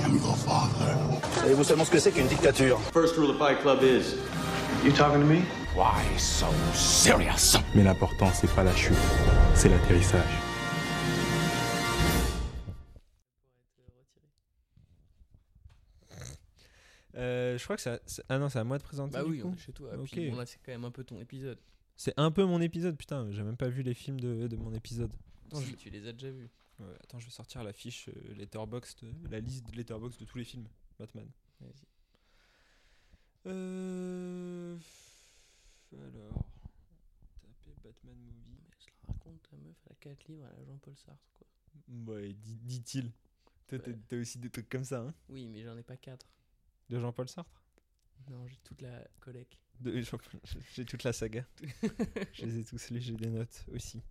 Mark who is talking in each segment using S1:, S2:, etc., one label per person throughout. S1: to the Father.
S2: Savez-vous seulement ce que c'est qu'une dictature
S3: First rule of Fight Club is You talking to me?
S1: Why so serious?
S4: Mais l'important, c'est pas la chute, c'est l'atterrissage.
S5: Euh, je crois que ça. c'est- Ah non, c'est à moi de présenter.
S6: Bah
S5: du
S6: oui,
S5: coup
S6: on est chez toi. Puis
S5: Ok.
S6: bon, là, c'est quand même un peu ton épisode.
S5: C'est un peu mon épisode, putain. J'ai même pas vu les films de, de mon épisode. Attends,
S6: Si,
S5: je-
S6: Tu les as déjà vus.
S5: Ouais, attends, je vais sortir la fiche euh, Letterboxd, euh, la liste de Letterboxd de tous les films Batman.
S6: Vas-y.
S5: Euh... Alors, taper Batman movie.
S6: Mais je la raconte, la meuf, elle a 4 livres, elle a Jean-Paul Sartre, quoi.
S5: Ouais, dit- dit-il. Toi, t'as
S6: Ouais.
S5: t'as aussi des trucs comme ça, hein
S6: Oui, mais j'en ai pas 4.
S5: De Jean-Paul Sartre
S6: Non, j'ai toute la collecte.
S5: De Jean-Paul- J'ai toute la saga. Je les ai tous lus, j'ai des notes aussi.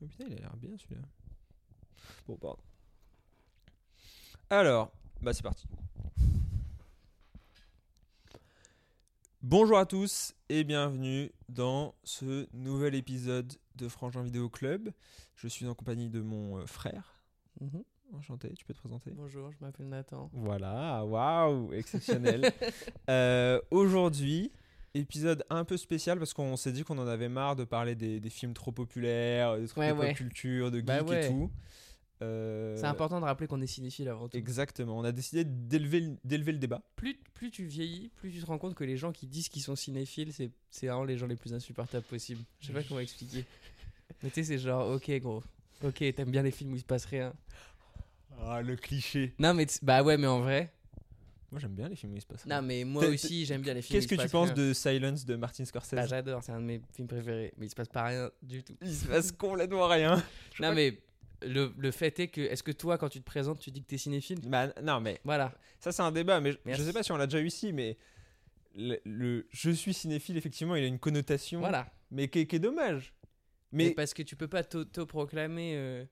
S5: Oh putain, il a l'air bien celui-là. Bon, pardon. Alors, bah c'est parti. Bonjour à tous et bienvenue dans ce nouvel épisode de Frangin Vidéo Club. Je suis en compagnie de mon euh, frère.
S6: Mhm.
S5: Enchanté, tu peux te présenter
S6: Bonjour, je m'appelle Nathan.
S5: Voilà, waouh, exceptionnel. Euh, Aujourd'hui, épisode un peu spécial parce qu'on s'est dit qu'on en avait marre de parler des, des films trop populaires, des trucs
S6: Ouais,
S5: de pop
S6: ouais.
S5: culture, de geek
S6: Bah ouais.
S5: et tout. Euh,
S6: C'est important de rappeler qu'on est cinéphile avant tout.
S5: Exactement, on a décidé d'élever le- d'élever le débat.
S6: Plus, plus tu vieillis, plus tu te rends compte que les gens qui disent qu'ils sont cinéphiles, c'est c'est vraiment les gens les plus insupportables possible. Je sais pas comment expliquer. Mais tu sais, c'est genre, ok, gros. Ok, t'aimes bien les films où il se passe rien.
S5: Ah, le cliché.
S6: Non, mais t- bah ouais, mais en vrai.
S5: Moi j'aime bien les films où il se passe rien.
S6: Non, mais moi
S5: T'es-
S6: aussi, j'aime bien les films. où
S5: Qu'est-ce
S6: il
S5: que
S6: se
S5: tu
S6: passe
S5: penses
S6: rien.
S5: de Silence de Martin Scorsese
S6: Bah, j'adore, c'est un de mes films préférés, mais il se passe pas rien du tout.
S5: Il se passe complètement rien. Je
S6: non,
S5: crois
S6: mais le, le fait est que, est-ce que toi, quand tu te présentes, tu dis que t'es cinéphile
S5: que- Bah, non, mais
S6: Voilà.
S5: Ça, c'est un débat, mais je-
S6: Merci.
S5: je sais pas si on l'a déjà eu ici, mais le, le je suis cinéphile, effectivement, il a une connotation,
S6: Voilà.
S5: mais qui est, qui est dommage.
S6: Mais
S5: Mais
S6: parce que tu peux pas t'auto-proclamer. euh,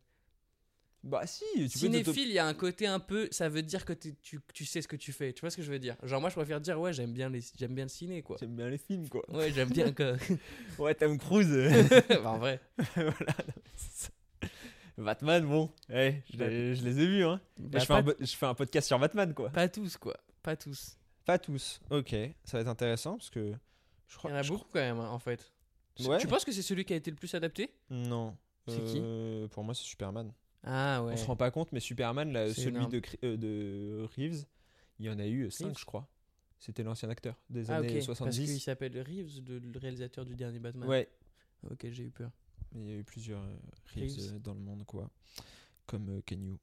S5: bah si, tu peux t'auto-
S6: Cinéphile, il y a un côté un peu. Ça veut dire que t'es- tu, tu sais ce que tu fais. Tu vois ce que je veux dire Genre, moi, je préfère dire, ouais, j'aime bien, les, j'aime bien le ciné, quoi.
S5: J'aime bien les films, quoi.
S6: Ouais, j'aime bien. Que...
S5: Ouais, Tom Cruise. euh,
S6: Bah, en vrai,
S5: voilà. non, c'est ça. Batman, bon. Eh, je, les- je les ai vus, hein.
S6: Bah,
S5: je, fais
S6: pas,
S5: un, bo- je fais un podcast sur Batman, quoi.
S6: pas tous, quoi. Pas tous.
S5: Pas tous. Ok, ça va être intéressant parce que je
S6: Il y
S5: crois.
S6: en a
S5: je
S6: beaucoup, quand même, hein, en fait.
S5: crois- Ouais.
S6: Tu penses que c'est celui qui a été le plus adapté
S5: Non.
S6: C'est qui
S5: Euh, Pour moi, c'est Superman.
S6: Ah, ouais.
S5: On se rend pas compte, mais Superman, là,
S6: C'est
S5: celui
S6: énorme.
S5: de, Cri- euh, de Reeves, il y en a eu 5,
S6: Reeves
S5: je crois. C'était l'ancien acteur des
S6: Ah, ok.
S5: années
S6: Parce qu'il
S5: 70.
S6: s'appelle Reeves, le, le réalisateur du dernier Batman.
S5: Ouais,
S6: Ok, j'ai eu peur.
S5: mais il y a eu plusieurs euh, Reeves,
S6: Reeves.
S5: euh, dans le monde, quoi. Comme euh, Ken Yu.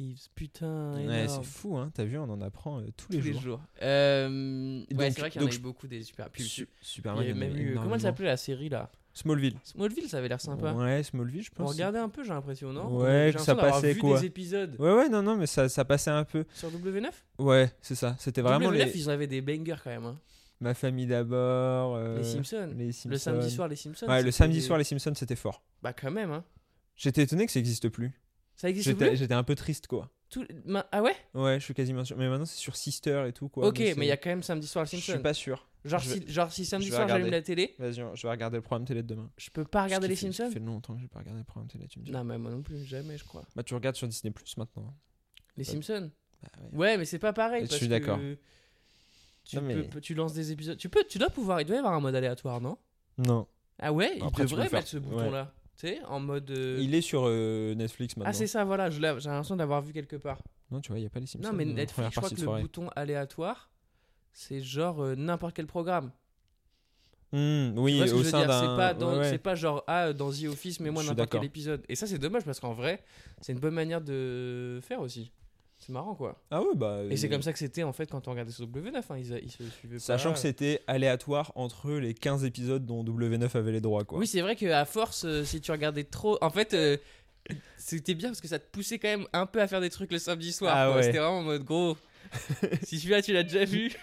S6: Reeves, putain.
S5: Ouais, c'est
S6: énorme.
S5: fou, hein. T'as vu, on en apprend euh, tous les jours.
S6: Euh,
S5: Et
S6: ouais,
S5: donc-
S6: c'est vrai qu'il y en
S5: donc
S6: a eu
S5: je-
S6: beaucoup des super. Puis,
S5: Su-
S6: il
S5: Superman,
S6: y
S5: il
S6: a
S5: y en a
S6: même eu. Comment
S5: énormément.
S6: elle s'appelait la série là
S5: Smallville.
S6: Smallville, ça avait l'air sympa.
S5: Ouais, Smallville, je
S6: On
S5: pense.
S6: regardait un peu, j'ai l'impression, non
S5: Ouais,
S6: On- j'ai
S5: que ça
S6: l'impression d'avoir
S5: passait,
S6: vu
S5: quoi.
S6: des épisodes
S5: Ouais, ouais, non, non, mais ça, ça passait un peu.
S6: sur W9
S5: Ouais, c'est ça. C'était vraiment
S6: W9,
S5: les...
S6: ils en avaient des bangers quand même. hein.
S5: Ma famille d'abord. euh,
S6: les Simpsons.
S5: les Simpsons.
S6: Le samedi soir, les Simpsons.
S5: Ouais, le
S6: c'était-
S5: samedi soir, les Simpsons, c'était fort.
S6: Bah, quand même, hein.
S5: J'étais étonné que ça existe plus.
S6: Ça existe
S5: J'étais
S6: plus
S5: j'étais un peu triste, quoi.
S6: Tout- ma- Ah ouais
S5: Ouais, je suis quasiment sûr. Mais maintenant, c'est sur Sister et tout, quoi.
S6: Ok, mais
S5: c'est-
S6: il y a quand même samedi soir, les
S5: Je
S6: Simpsons.
S5: suis pas sûr.
S6: Genre,
S5: je
S6: si, genre, si samedi
S5: je vais
S6: soir, j'allume
S5: regarder.
S6: la télé,
S5: Vas-y, on- je vais regarder le programme télé de demain.
S6: je peux pas regarder les
S5: Parce qu'il fait-
S6: Simpsons
S5: Ça fait longtemps que j'ai pas regardé le programme télé, tu me dis.
S6: Non, mais moi non plus, jamais, je crois.
S5: Bah, tu regardes sur Disney Plus maintenant.
S6: Les
S5: Bah,
S6: Simpsons
S5: Bah, ouais.
S6: Ouais, mais c'est pas pareil.
S5: Je
S6: parce
S5: suis d'accord.
S6: que Tu,
S5: Non, mais-
S6: peux- tu lances des épisodes. Tu peux, tu dois pouvoir. Il doit y avoir un mode aléatoire, non
S5: Non.
S6: Ah ouais,
S5: Après,
S6: il
S5: tu peux le
S6: devrait mettre
S5: faire.
S6: ce bouton-là. Tu sais, en mode. euh,
S5: Il est sur euh, Netflix maintenant.
S6: Ah, c'est ça, voilà, je l'ai- j'ai l'impression d'avoir vu quelque part.
S5: Non, tu vois, il y a pas les Simpsons.
S6: non, mais
S5: dans la
S6: Netflix,
S5: première
S6: je crois
S5: partie
S6: que
S5: de
S6: le
S5: soirée.
S6: bouton aléatoire, c'est genre euh, n'importe quel programme.
S5: Hmm,
S6: Tu
S5: oui,
S6: vois ce que
S5: au
S6: je veux
S5: sein
S6: dire C'est
S5: d'un.
S6: pas, dans-
S5: ouais, ouais.
S6: c'est pas genre, ah, dans The Office, mais moi
S5: Je suis
S6: n'importe quel
S5: d'accord.
S6: épisode. Et ça, c'est dommage parce qu'en vrai, c'est une bonne manière de faire aussi. C'est marrant, quoi.
S5: Ah ouais, bah.
S6: Et c'est
S5: euh,
S6: comme ça Ah que c'était en fait quand on regardait sur W9, hein, ils, a- ils se suivaient
S5: Sachant
S6: pas. euh.
S5: que c'était aléatoire entre les 15 épisodes dont W9 avait les droits, quoi.
S6: Oui, c'est vrai qu'à force, euh, si tu regardais trop. En fait, euh, c'était bien parce que ça te poussait quand même un peu à faire des trucs le samedi soir.
S5: Ah
S6: quoi.
S5: ouais.
S6: C'était vraiment en mode gros. si celui-là, tu l'as déjà vu,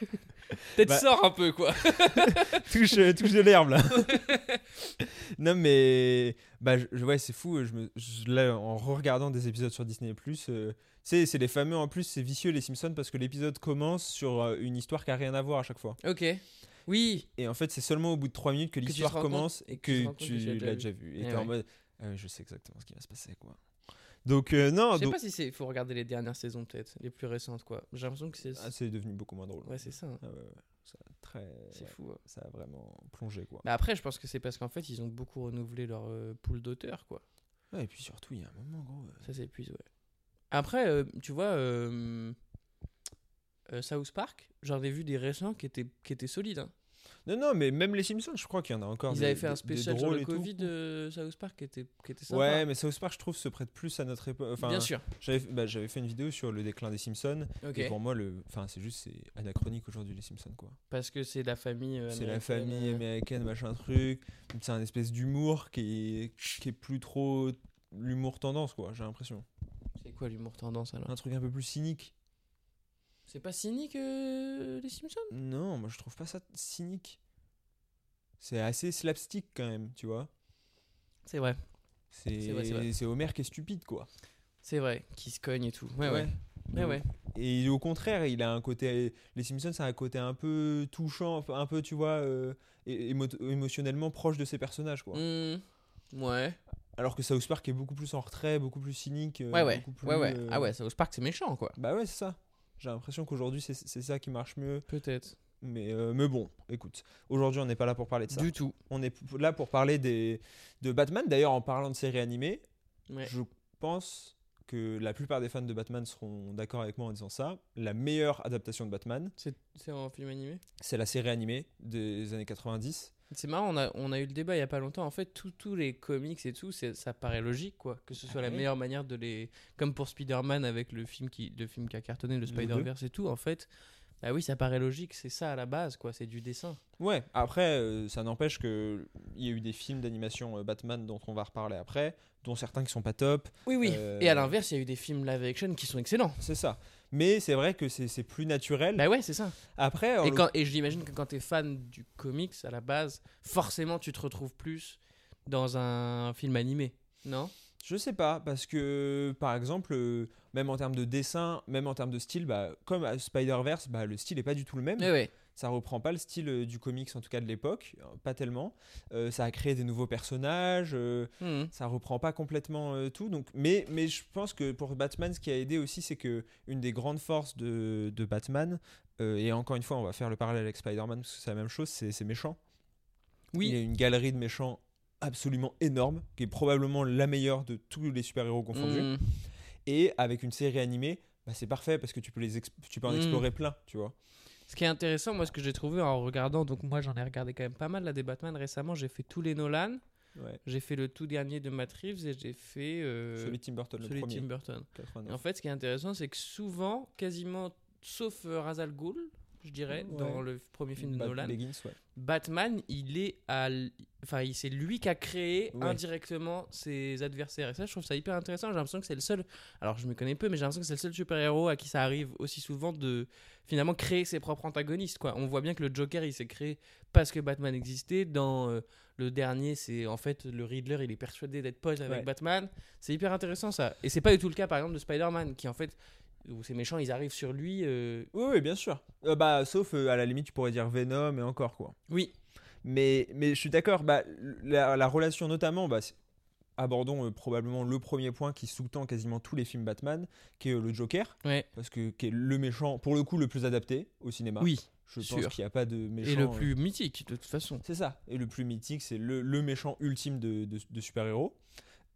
S6: peut-être
S5: Bah.
S6: sors un peu, quoi.
S5: touche, euh, touche de l'herbe là. non mais bah je, je- ouais c'est fou. Je me je- là en regardant des épisodes sur Disney Plus, euh, c'est c'est les fameux en plus c'est vicieux les Simpsons parce que l'épisode commence sur euh, une histoire qui a rien à voir à chaque fois.
S6: Ok. Oui.
S5: Et en fait c'est seulement au bout de 3 minutes que
S6: tu te
S5: l'histoire
S6: rends compte
S5: commence
S6: et
S5: et
S6: que tu te
S5: que
S6: rends compte que
S5: tu
S6: tu l'as
S5: l'as déjà
S6: déjà
S5: vu. Et
S6: Eh
S5: t'es en euh,
S6: ouais.
S5: mode Ah ouais, je sais exactement ce qui va se passer quoi. Donc, euh, non.
S6: Je sais
S5: donc-
S6: pas si c'est. faut regarder les dernières saisons, peut-être. Les plus récentes, quoi. J'ai l'impression que c'est.
S5: Ah, c'est devenu beaucoup moins drôle.
S6: Ouais, c'est ça. hein.
S5: Ah ouais, ouais. Ça a très.
S6: C'est
S5: ouais,
S6: fou. Bah. hein.
S5: Ça a vraiment plongé, quoi.
S6: Mais après, je pense que c'est parce qu'en fait, ils ont beaucoup renouvelé leur euh, pool d'auteurs, quoi.
S5: Ouais, Ah, et puis surtout, il y a un moment, gros. euh,
S6: Ça s'épuise, ouais. Après, euh, tu vois, euh, euh, South Park, j'en ai vu des récents qui étaient, qui étaient solides. hein.
S5: Non, non, mais même les Simpsons, je crois qu'il y en a encore.
S6: Ils
S5: des-
S6: avaient fait un
S5: des- des
S6: spécial sur
S5: drôles
S6: le
S5: et tout.
S6: Covid de South Park qui était, qui était sympa.
S5: Ouais, mais South Park, je trouve, se prête plus à notre époque. Enfin,
S6: Bien sûr.
S5: J'avais bah, j'avais fait une vidéo sur le déclin des Simpsons.
S6: Ok.
S5: Et pour moi, le... enfin, c'est juste c'est anachronique aujourd'hui, les Simpsons, quoi.
S6: Parce que c'est la famille. euh,
S5: C'est la
S6: américaine,
S5: famille
S6: euh,
S5: américaine, machin truc. C'est un espèce d'humour qui est... qui est plus trop l'humour tendance, quoi, j'ai l'impression.
S6: C'est quoi l'humour tendance alors
S5: Un truc un peu plus cynique.
S6: C'est pas cynique euh, les Simpsons
S5: Non, moi, je trouve pas ça cynique. C'est assez slapstick, quand même, tu vois.
S6: C'est vrai. C'est vrai, c'est vrai.
S5: C'est c'est Homer qui est stupide, quoi.
S6: C'est vrai. Qui se cogne et tout. Ouais, ouais. Ouais,
S5: Donc,
S6: ouais.
S5: Et au contraire, il a un côté. Les Simpsons, c'est un côté un peu touchant, un peu, tu vois, euh, é- émo- émotionnellement proche de ses personnages, quoi.
S6: Hmm. Ouais.
S5: Alors que South Park est beaucoup plus en retrait, beaucoup plus cynique. euh,
S6: Ouais, ouais.
S5: beaucoup plus,
S6: ouais, ouais.
S5: euh,
S6: Ah ouais, South Park, c'est méchant quoi.
S5: Bah ouais, c'est ça. J'ai l'impression qu'aujourd'hui, c'est c'est ça qui marche mieux.
S6: Peut-être.
S5: Mais, euh, mais bon, écoute, aujourd'hui, on n'est pas là pour parler de ça.
S6: Du tout.
S5: On est p- là pour parler des, de Batman. D'ailleurs, en parlant de séries animées,
S6: Ouais.
S5: je pense que la plupart des fans de Batman seront d'accord avec moi en disant ça. La meilleure adaptation de Batman,
S6: C'est c'est en film animé
S5: c'est la série animée des années 90.
S6: C'est marrant, on a, on a eu le débat il y a pas longtemps. En fait, tous tous les comics et tout, c'est- ça paraît logique, quoi. Que ce soit la
S5: ouais.
S6: meilleure manière de les. Comme pour Spider-Man avec le film qui, le film qui a cartonné, le
S5: deux.
S6: Spider-Verse et tout, en fait. Bah oui, ça paraît logique, c'est ça à la base, quoi. C'est du dessin.
S5: Ouais, après, euh, ça n'empêche que il y a eu des films d'animation euh, Batman dont on va reparler après, dont certains qui sont pas top,
S6: Oui, oui.
S5: Euh,
S6: Et à l'inverse, il y a eu des films live action qui sont excellents.
S5: c'est ça. Mais c'est vrai que c'est c'est plus naturel.
S6: Bah ouais, c'est ça.
S5: Après, en
S6: Et, quand, et je l'imagine que quand t'es fan du comics à la base, forcément tu te retrouves plus dans un film animé, non
S5: Je sais pas, parce que par exemple, euh, même en termes de dessin, même en termes de style, bah, comme à Spider-Verse, bah, le style est pas du tout le même.
S6: Ouais, ouais.
S5: Ça reprend pas le style euh, du comics, en tout cas de l'époque, euh, pas tellement. Euh, ça a créé des nouveaux personnages, euh,
S6: Mhm.
S5: ça reprend pas complètement euh, tout. Donc, mais, mais je pense que pour Batman, ce qui a aidé aussi, c'est que une des grandes forces de, de Batman, euh, et encore une fois, on va faire le parallèle avec Spider-Man, parce que c'est la même chose, c'est c'est méchant.
S6: Oui.
S5: Il y a une galerie de méchants absolument énorme, qui est probablement la meilleure de tous les super-héros confondus.
S6: Mhm.
S5: Et avec une série animée, bah, c'est parfait parce que tu peux, les ex- tu peux en
S6: Mm.
S5: explorer plein, tu vois.
S6: Ce qui est intéressant, moi, ce que j'ai trouvé en regardant, donc moi j'en ai regardé quand même pas mal là des Batman récemment. J'ai fait tous les Nolan,
S5: Ouais.
S6: j'ai fait le tout dernier de Matt Reeves et j'ai fait euh,
S5: Celui de Tim Burton, le
S6: celui de
S5: premier.
S6: Tim Burton. Et
S5: 89.
S6: en fait, ce qui est intéressant, c'est que souvent, quasiment, sauf euh, Ra's al Ghul, je dirais,
S5: Ouais.
S6: dans le premier film de
S5: Bat-
S6: Nolan,
S5: Begins, ouais.
S6: Batman, il est à, l- enfin, il- c'est lui qui a créé
S5: Ouais.
S6: indirectement ses adversaires. Et ça, je trouve ça hyper intéressant. J'ai l'impression que c'est le seul. Alors, je me connais peu, mais j'ai l'impression que c'est le seul super-héros à qui ça arrive aussi souvent de finalement créer ses propres antagonistes. Quoi. On voit bien que le Joker, il s'est créé parce que Batman existait. Dans euh, le dernier, c'est en fait le Riddler, il est persuadé d'être pote avec
S5: Ouais.
S6: Batman. C'est hyper intéressant ça. Et c'est pas du tout le cas, par exemple, de Spider-Man, qui en fait, où ces méchants, ils arrivent sur lui. euh,
S5: Oui, oui, bien sûr. Euh, bah, sauf euh, à la limite, tu pourrais dire Venom et encore quoi.
S6: Oui,
S5: Mais, mais je suis d'accord, bah, la, la relation notamment, bah, c'est- abordons euh, probablement le premier point qui sous-tend quasiment tous les films Batman, qui est euh, le Joker,
S6: ouais.
S5: parce que qui est le méchant, pour le coup, le plus adapté au cinéma.
S6: oui.
S5: je pense
S6: sûr.
S5: qu'il n'y a pas de méchant.
S6: Et le
S5: euh,
S6: plus mythique, de toute façon.
S5: C'est ça. Et le plus mythique, c'est le, le méchant ultime de, de- de super-héros.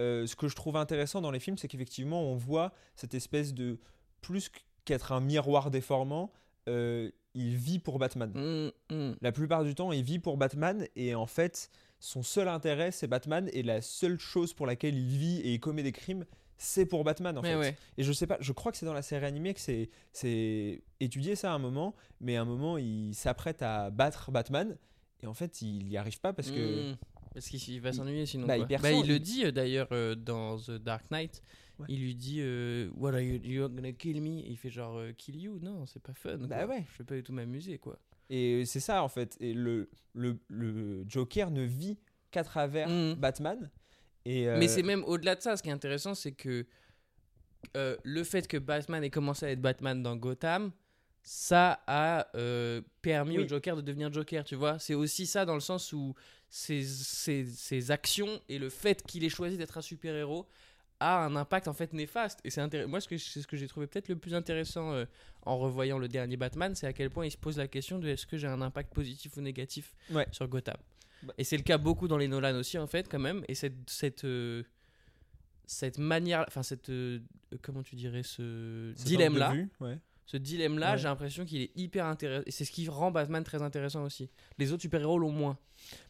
S5: Euh, ce que je trouve intéressant dans les films, c'est qu'effectivement, on voit cette espèce de. Plus qu'être un miroir déformant, euh, il vit pour Batman.
S6: Mm, mm.
S5: La plupart du temps, il vit pour Batman et en fait, son seul intérêt, c'est Batman et la seule chose pour laquelle il vit et il commet des crimes, c'est pour Batman en
S6: Mais
S5: fait.
S6: ouais.
S5: Et je sais pas, je crois que c'est dans la série animée que c'est c'est étudié ça à un moment, mais à un moment, il s'apprête à battre Batman et en fait, il n'y arrive pas parce que
S6: Mm. Parce qu'il il va
S5: il-
S6: s'ennuyer sinon.
S5: bah,
S6: quoi.
S5: il perd
S6: Bah,
S5: son-
S6: il le dit euh, d'ailleurs euh, dans The Dark Knight.
S5: Ouais.
S6: Il lui dit euh, What are you you're gonna kill me Et il fait genre euh, Kill you Non, c'est pas fun.
S5: Bah
S6: quoi.
S5: ouais.
S6: Je vais pas du tout m'amuser quoi.
S5: et euh, c'est ça en fait et le le, le Joker ne vit qu'à travers
S6: Mm.
S5: Batman et euh,
S6: Mais c'est même au-delà de ça. Ce qui est intéressant, c'est que euh, le fait que Batman ait commencé à être Batman dans Gotham, ça a euh, permis
S5: Oui.
S6: au Joker de devenir Joker, tu vois. C'est aussi ça dans le sens où ses, ses- ses actions et le fait qu'il ait choisi d'être un super-héros a un impact en fait néfaste. Et c'est intér- moi ce que c'est ce que j'ai trouvé peut-être le plus intéressant euh, en revoyant le dernier Batman, c'est à quel point il se pose la question de est-ce que j'ai un impact positif ou négatif
S5: Ouais.
S6: sur Gotham.
S5: Bah-
S6: Et c'est le cas beaucoup dans les Nolan aussi en fait quand même. Et cette cette euh, cette manière, enfin cette euh, comment tu dirais ce
S5: Cet
S6: dilemme là,
S5: angle de vue, ouais.
S6: ce dilemme là,
S5: Ouais.
S6: j'ai l'impression qu'il est hyper intéressant. Et c'est ce qui rend Batman très intéressant aussi. Les autres super héros l'ont moins.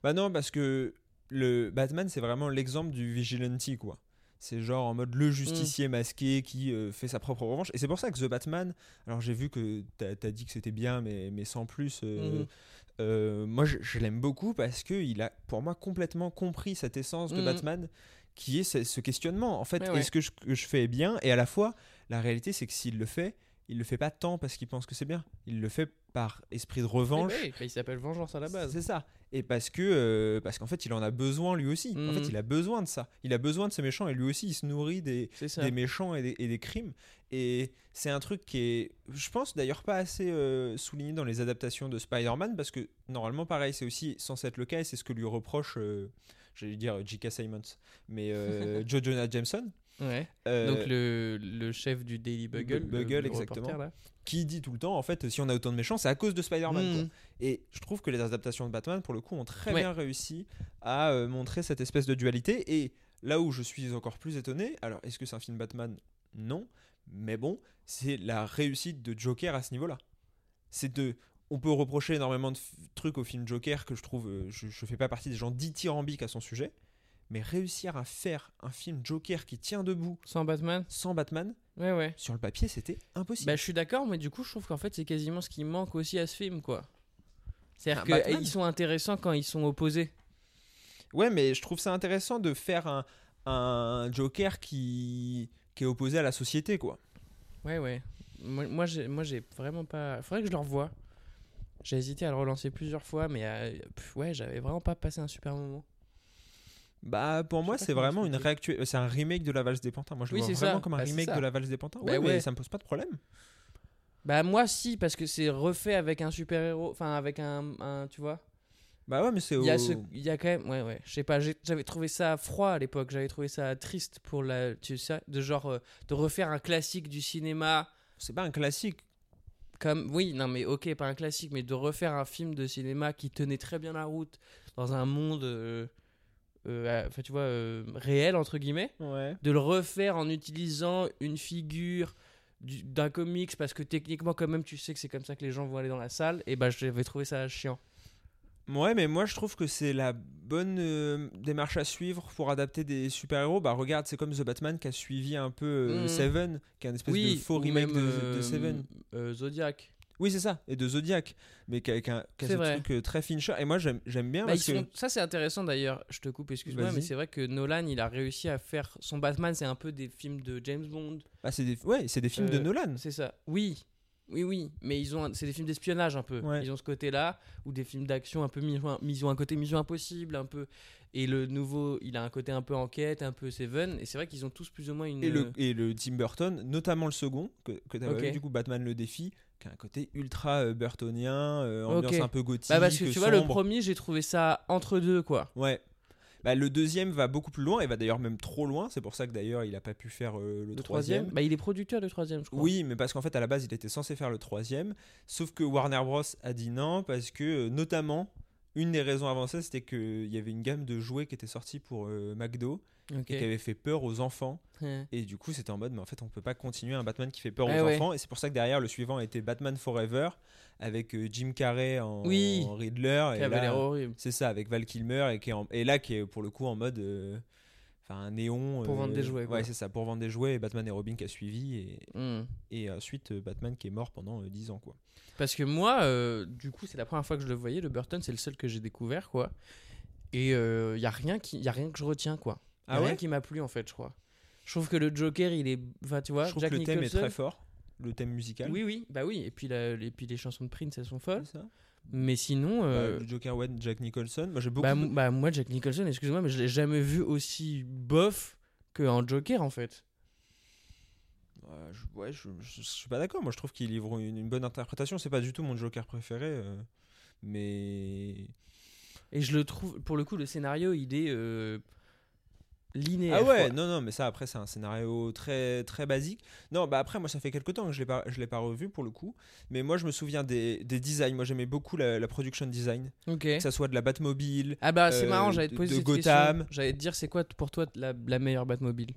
S5: Bah non, parce que le Batman, c'est vraiment l'exemple du vigilante, quoi. C'est genre en mode le justicier masqué qui euh, fait sa propre revanche. Et c'est pour ça que The Batman, alors j'ai vu que t'as as dit que c'était bien, mais, mais sans plus. euh,
S6: Mhm.
S5: euh, moi, je, je l'aime beaucoup parce que il a, pour moi, complètement compris cette essence de
S6: Mhm.
S5: Batman qui est ce, ce questionnement. En fait,
S6: Ouais, ouais.
S5: est-ce que je, que je fais est bien Et à la fois, la réalité, c'est que s'il le fait, il le fait pas tant parce qu'il pense que c'est bien. Il le fait par esprit de revanche.
S6: Eh oui, bah, il s'appelle Vengeance à la base.
S5: C'est ça. Et parce que euh, parce qu'en fait, il en a besoin lui aussi. En fait,
S6: Mhm.
S5: il a besoin de ça. Il a besoin de ses méchants et lui aussi, il se nourrit des,
S6: C'est ça.
S5: des méchants et des, et des crimes. Et c'est un truc qui est, je pense d'ailleurs, pas assez euh, souligné dans les adaptations de Spider-Man parce que normalement, pareil, c'est aussi censé être le cas et c'est ce que lui reproche, euh, j'allais dire J.K. Simons, mais euh, Joe Jonah Jameson.
S6: Ouais.
S5: euh,
S6: Donc le, le chef du Daily Bugle,
S5: Bu-
S6: le-
S5: Bugle,
S6: le
S5: exactement.
S6: reporter, là.
S5: qui dit tout le temps en fait si on a autant de méchants c'est à cause de Spider-Man
S6: Mm.
S5: quoi. et je trouve que les adaptations de Batman pour le coup ont très
S6: Ouais.
S5: bien réussi à euh, montrer cette espèce de dualité et là où je suis encore plus étonné alors est-ce que c'est un film Batman non mais bon c'est la réussite de Joker à ce niveau-là c'est de on peut reprocher énormément de f- trucs au film Joker que je trouve euh, je, je fais pas partie des gens dithyrambiques à son sujet mais réussir à faire un film Joker qui tient debout
S6: Sans Batman
S5: sans Batman
S6: Ouais, ouais.
S5: sur le papier c'était impossible
S6: Bah, je suis d'accord, mais du coup, je trouve qu'en fait, c'est quasiment ce qui manque aussi à ce film, quoi. C'est-à-dire
S5: Un
S6: que
S5: Batman.
S6: eh, ils sont intéressants quand ils sont opposés.
S5: Ouais, mais je trouve ça intéressant de faire un, un Joker qui, qui est opposé à la société, quoi.
S6: Ouais, ouais. Moi, moi, j'ai, moi, j'ai vraiment pas. Faudrait que je le revoie. J'ai hésité à le relancer plusieurs fois, mais euh, pff, ouais, j'avais vraiment pas passé un super moment.
S5: Bah, pour
S6: Je
S5: moi,
S6: sais pas
S5: c'est
S6: comment
S5: vraiment une
S6: expliquer.
S5: réactu... euh, C'est un remake de La Valse des Pantins. Moi, je le
S6: Oui,
S5: vois
S6: c'est
S5: vraiment
S6: ça.
S5: comme un
S6: Bah, c'est
S5: remake
S6: ça.
S5: de La Valse des Pantins. Ouais,
S6: Bah,
S5: mais
S6: ouais.
S5: ça me pose pas de problème.
S6: Bah, moi, si, parce que c'est refait avec un super-héros. Enfin, avec un, un. Tu vois
S5: Bah ouais, mais c'est...
S6: Il y, a
S5: au-
S6: ce- il y a quand même, ouais, ouais, je sais pas, j'ai- j'avais trouvé ça froid à l'époque, j'avais trouvé ça triste pour la, tu sais, de genre, euh, de refaire un classique du cinéma,
S5: C'est pas un classique.
S6: comme, oui, non mais ok, pas un classique, mais de refaire un film de cinéma qui tenait très bien la route dans un monde, euh, euh, enfin tu vois, euh, réel entre guillemets,
S5: Ouais.
S6: de le refaire en utilisant une figure du- d'un comics parce que techniquement quand même tu sais que c'est comme ça que les gens vont aller dans la salle, et bah j'avais trouvé ça chiant.
S5: Ouais, mais moi, je trouve que c'est la bonne euh, démarche à suivre pour adapter des super-héros. Bah, regarde, c'est comme The Batman qui a suivi un peu euh,
S6: Mm.
S5: Seven, qui est un espèce de faux
S6: ou
S5: remake
S6: même,
S5: de- de
S6: euh,
S5: Seven. Ah,
S6: euh, Zodiac.
S5: Oui, c'est ça, et de Zodiac, mais qui a, qui a- qui a
S6: C'est
S5: ce
S6: vrai.
S5: truc euh, très Fincher. Et moi, j'aime j'aime bien
S6: Bah,
S5: parce
S6: ils
S5: que.
S6: sont- Ça, c'est intéressant d'ailleurs. Je te coupe, excuse-moi,
S5: Vas-y.
S6: mais c'est vrai que Nolan, il a réussi à faire. Son Batman, c'est un peu des films de James Bond.
S5: Bah, c'est des... Ouais, c'est des films de
S6: Euh,
S5: Nolan.
S6: C'est ça. Oui, oui, oui. Mais ils ont, un- c'est des films d'espionnage un peu.
S5: Ouais.
S6: Ils ont ce côté-là, ou des films d'action un peu mis mis un côté Mission Impossible, un peu. Et le nouveau, il a un côté un peu enquête, un peu Seven. Et c'est vrai qu'ils ont tous plus ou moins une. euh,
S5: Et le, et le Tim Burton, notamment le second, que, que t'avais
S6: Ok.
S5: vu, du coup, Batman le défi, qui a un côté ultra euh, burtonien, euh,
S6: Ok.
S5: ambiance un peu gothique.
S6: Bah, parce que tu vois, le
S5: sombre.
S6: premier, j'ai trouvé ça entre deux, quoi.
S5: Ouais. Bah, le deuxième va beaucoup plus loin, et va d'ailleurs même trop loin. C'est pour ça que d'ailleurs, il a pas pu faire euh, le,
S6: Le
S5: troisième.
S6: Bah, il est producteur du troisième, je crois.
S5: Oui, mais parce qu'en fait, à la base, il était censé faire le troisième. Sauf que Warner Bros. a dit non, parce que, euh, notamment, une des raisons avancées, c'était qu'il y avait une gamme de jouets qui était sortie pour euh, McDo
S6: Ok.
S5: et qui avait fait peur aux enfants.
S6: Ouais.
S5: Et du coup, c'était en mode, mais en fait, on peut pas continuer un Batman qui fait peur
S6: Eh
S5: aux
S6: ouais.
S5: enfants. Et c'est pour ça que derrière, le suivant était Batman Forever avec euh, Jim Carrey en,
S6: Oui.
S5: en Riddler.
S6: Qui
S5: et
S6: avait
S5: là,
S6: l'air horrible.
S5: c'est ça, avec Val Kilmer et, qui est en- et là, qui est pour le coup en mode. euh, Enfin, un néon. euh,
S6: Pour vendre des jouets, quoi.
S5: Ouais, c'est ça, pour vendre des jouets. Et Batman et Robin qui a suivi. Et,
S6: Hmm.
S5: et ensuite euh, Batman qui est mort pendant euh, 10 ans quoi.
S6: Parce que moi, euh, du coup, c'est la première fois que je le voyais. Le Burton, c'est le seul que j'ai découvert, quoi. Et il y a rien qui, y a rien que je retiens, quoi. Y a
S5: Ah
S6: rien qui m'a plu, en fait, je crois. Je trouve que le Joker, il est, enfin, tu vois,
S5: Je trouve
S6: Jack
S5: que le thème
S6: Nicholson-
S5: est très fort, le thème musical.
S6: Oui, oui, bah oui. Et puis, la- et puis les chansons de Prince, elles sont folles.
S5: c'est ça.
S6: Mais sinon,
S5: Bah,
S6: euh,
S5: le Joker One, Jack Nicholson, moi j'ai beaucoup
S6: bah,
S5: de-
S6: m- bah, moi, Jack Nicholson, excuse-moi, mais je l'ai jamais vu aussi bof qu'en Joker, en fait.
S5: Ouais, je, ouais, je, je- je suis pas d'accord, moi je trouve qu'il livre une, une bonne interprétation, c'est pas du tout mon Joker préféré euh, mais
S6: Et je le trouve, pour le coup, le scénario, il est. euh, linéaire.
S5: Ah ouais,
S6: quoi.
S5: non, non, mais ça après c'est un scénario très très basique. Non, bah après moi ça fait quelques temps que je l'ai pas je l'ai pas revu pour le coup, mais moi je me souviens des, des designs. Moi j'aimais beaucoup la, la production design,
S6: Ok.
S5: que ça soit de la Batmobile.
S6: Ah bah c'est
S5: euh,
S6: marrant, j'allais te
S5: de-
S6: poser
S5: de
S6: cette
S5: Gotham.
S6: question. J'allais te dire c'est quoi t- pour toi la, la meilleure Batmobile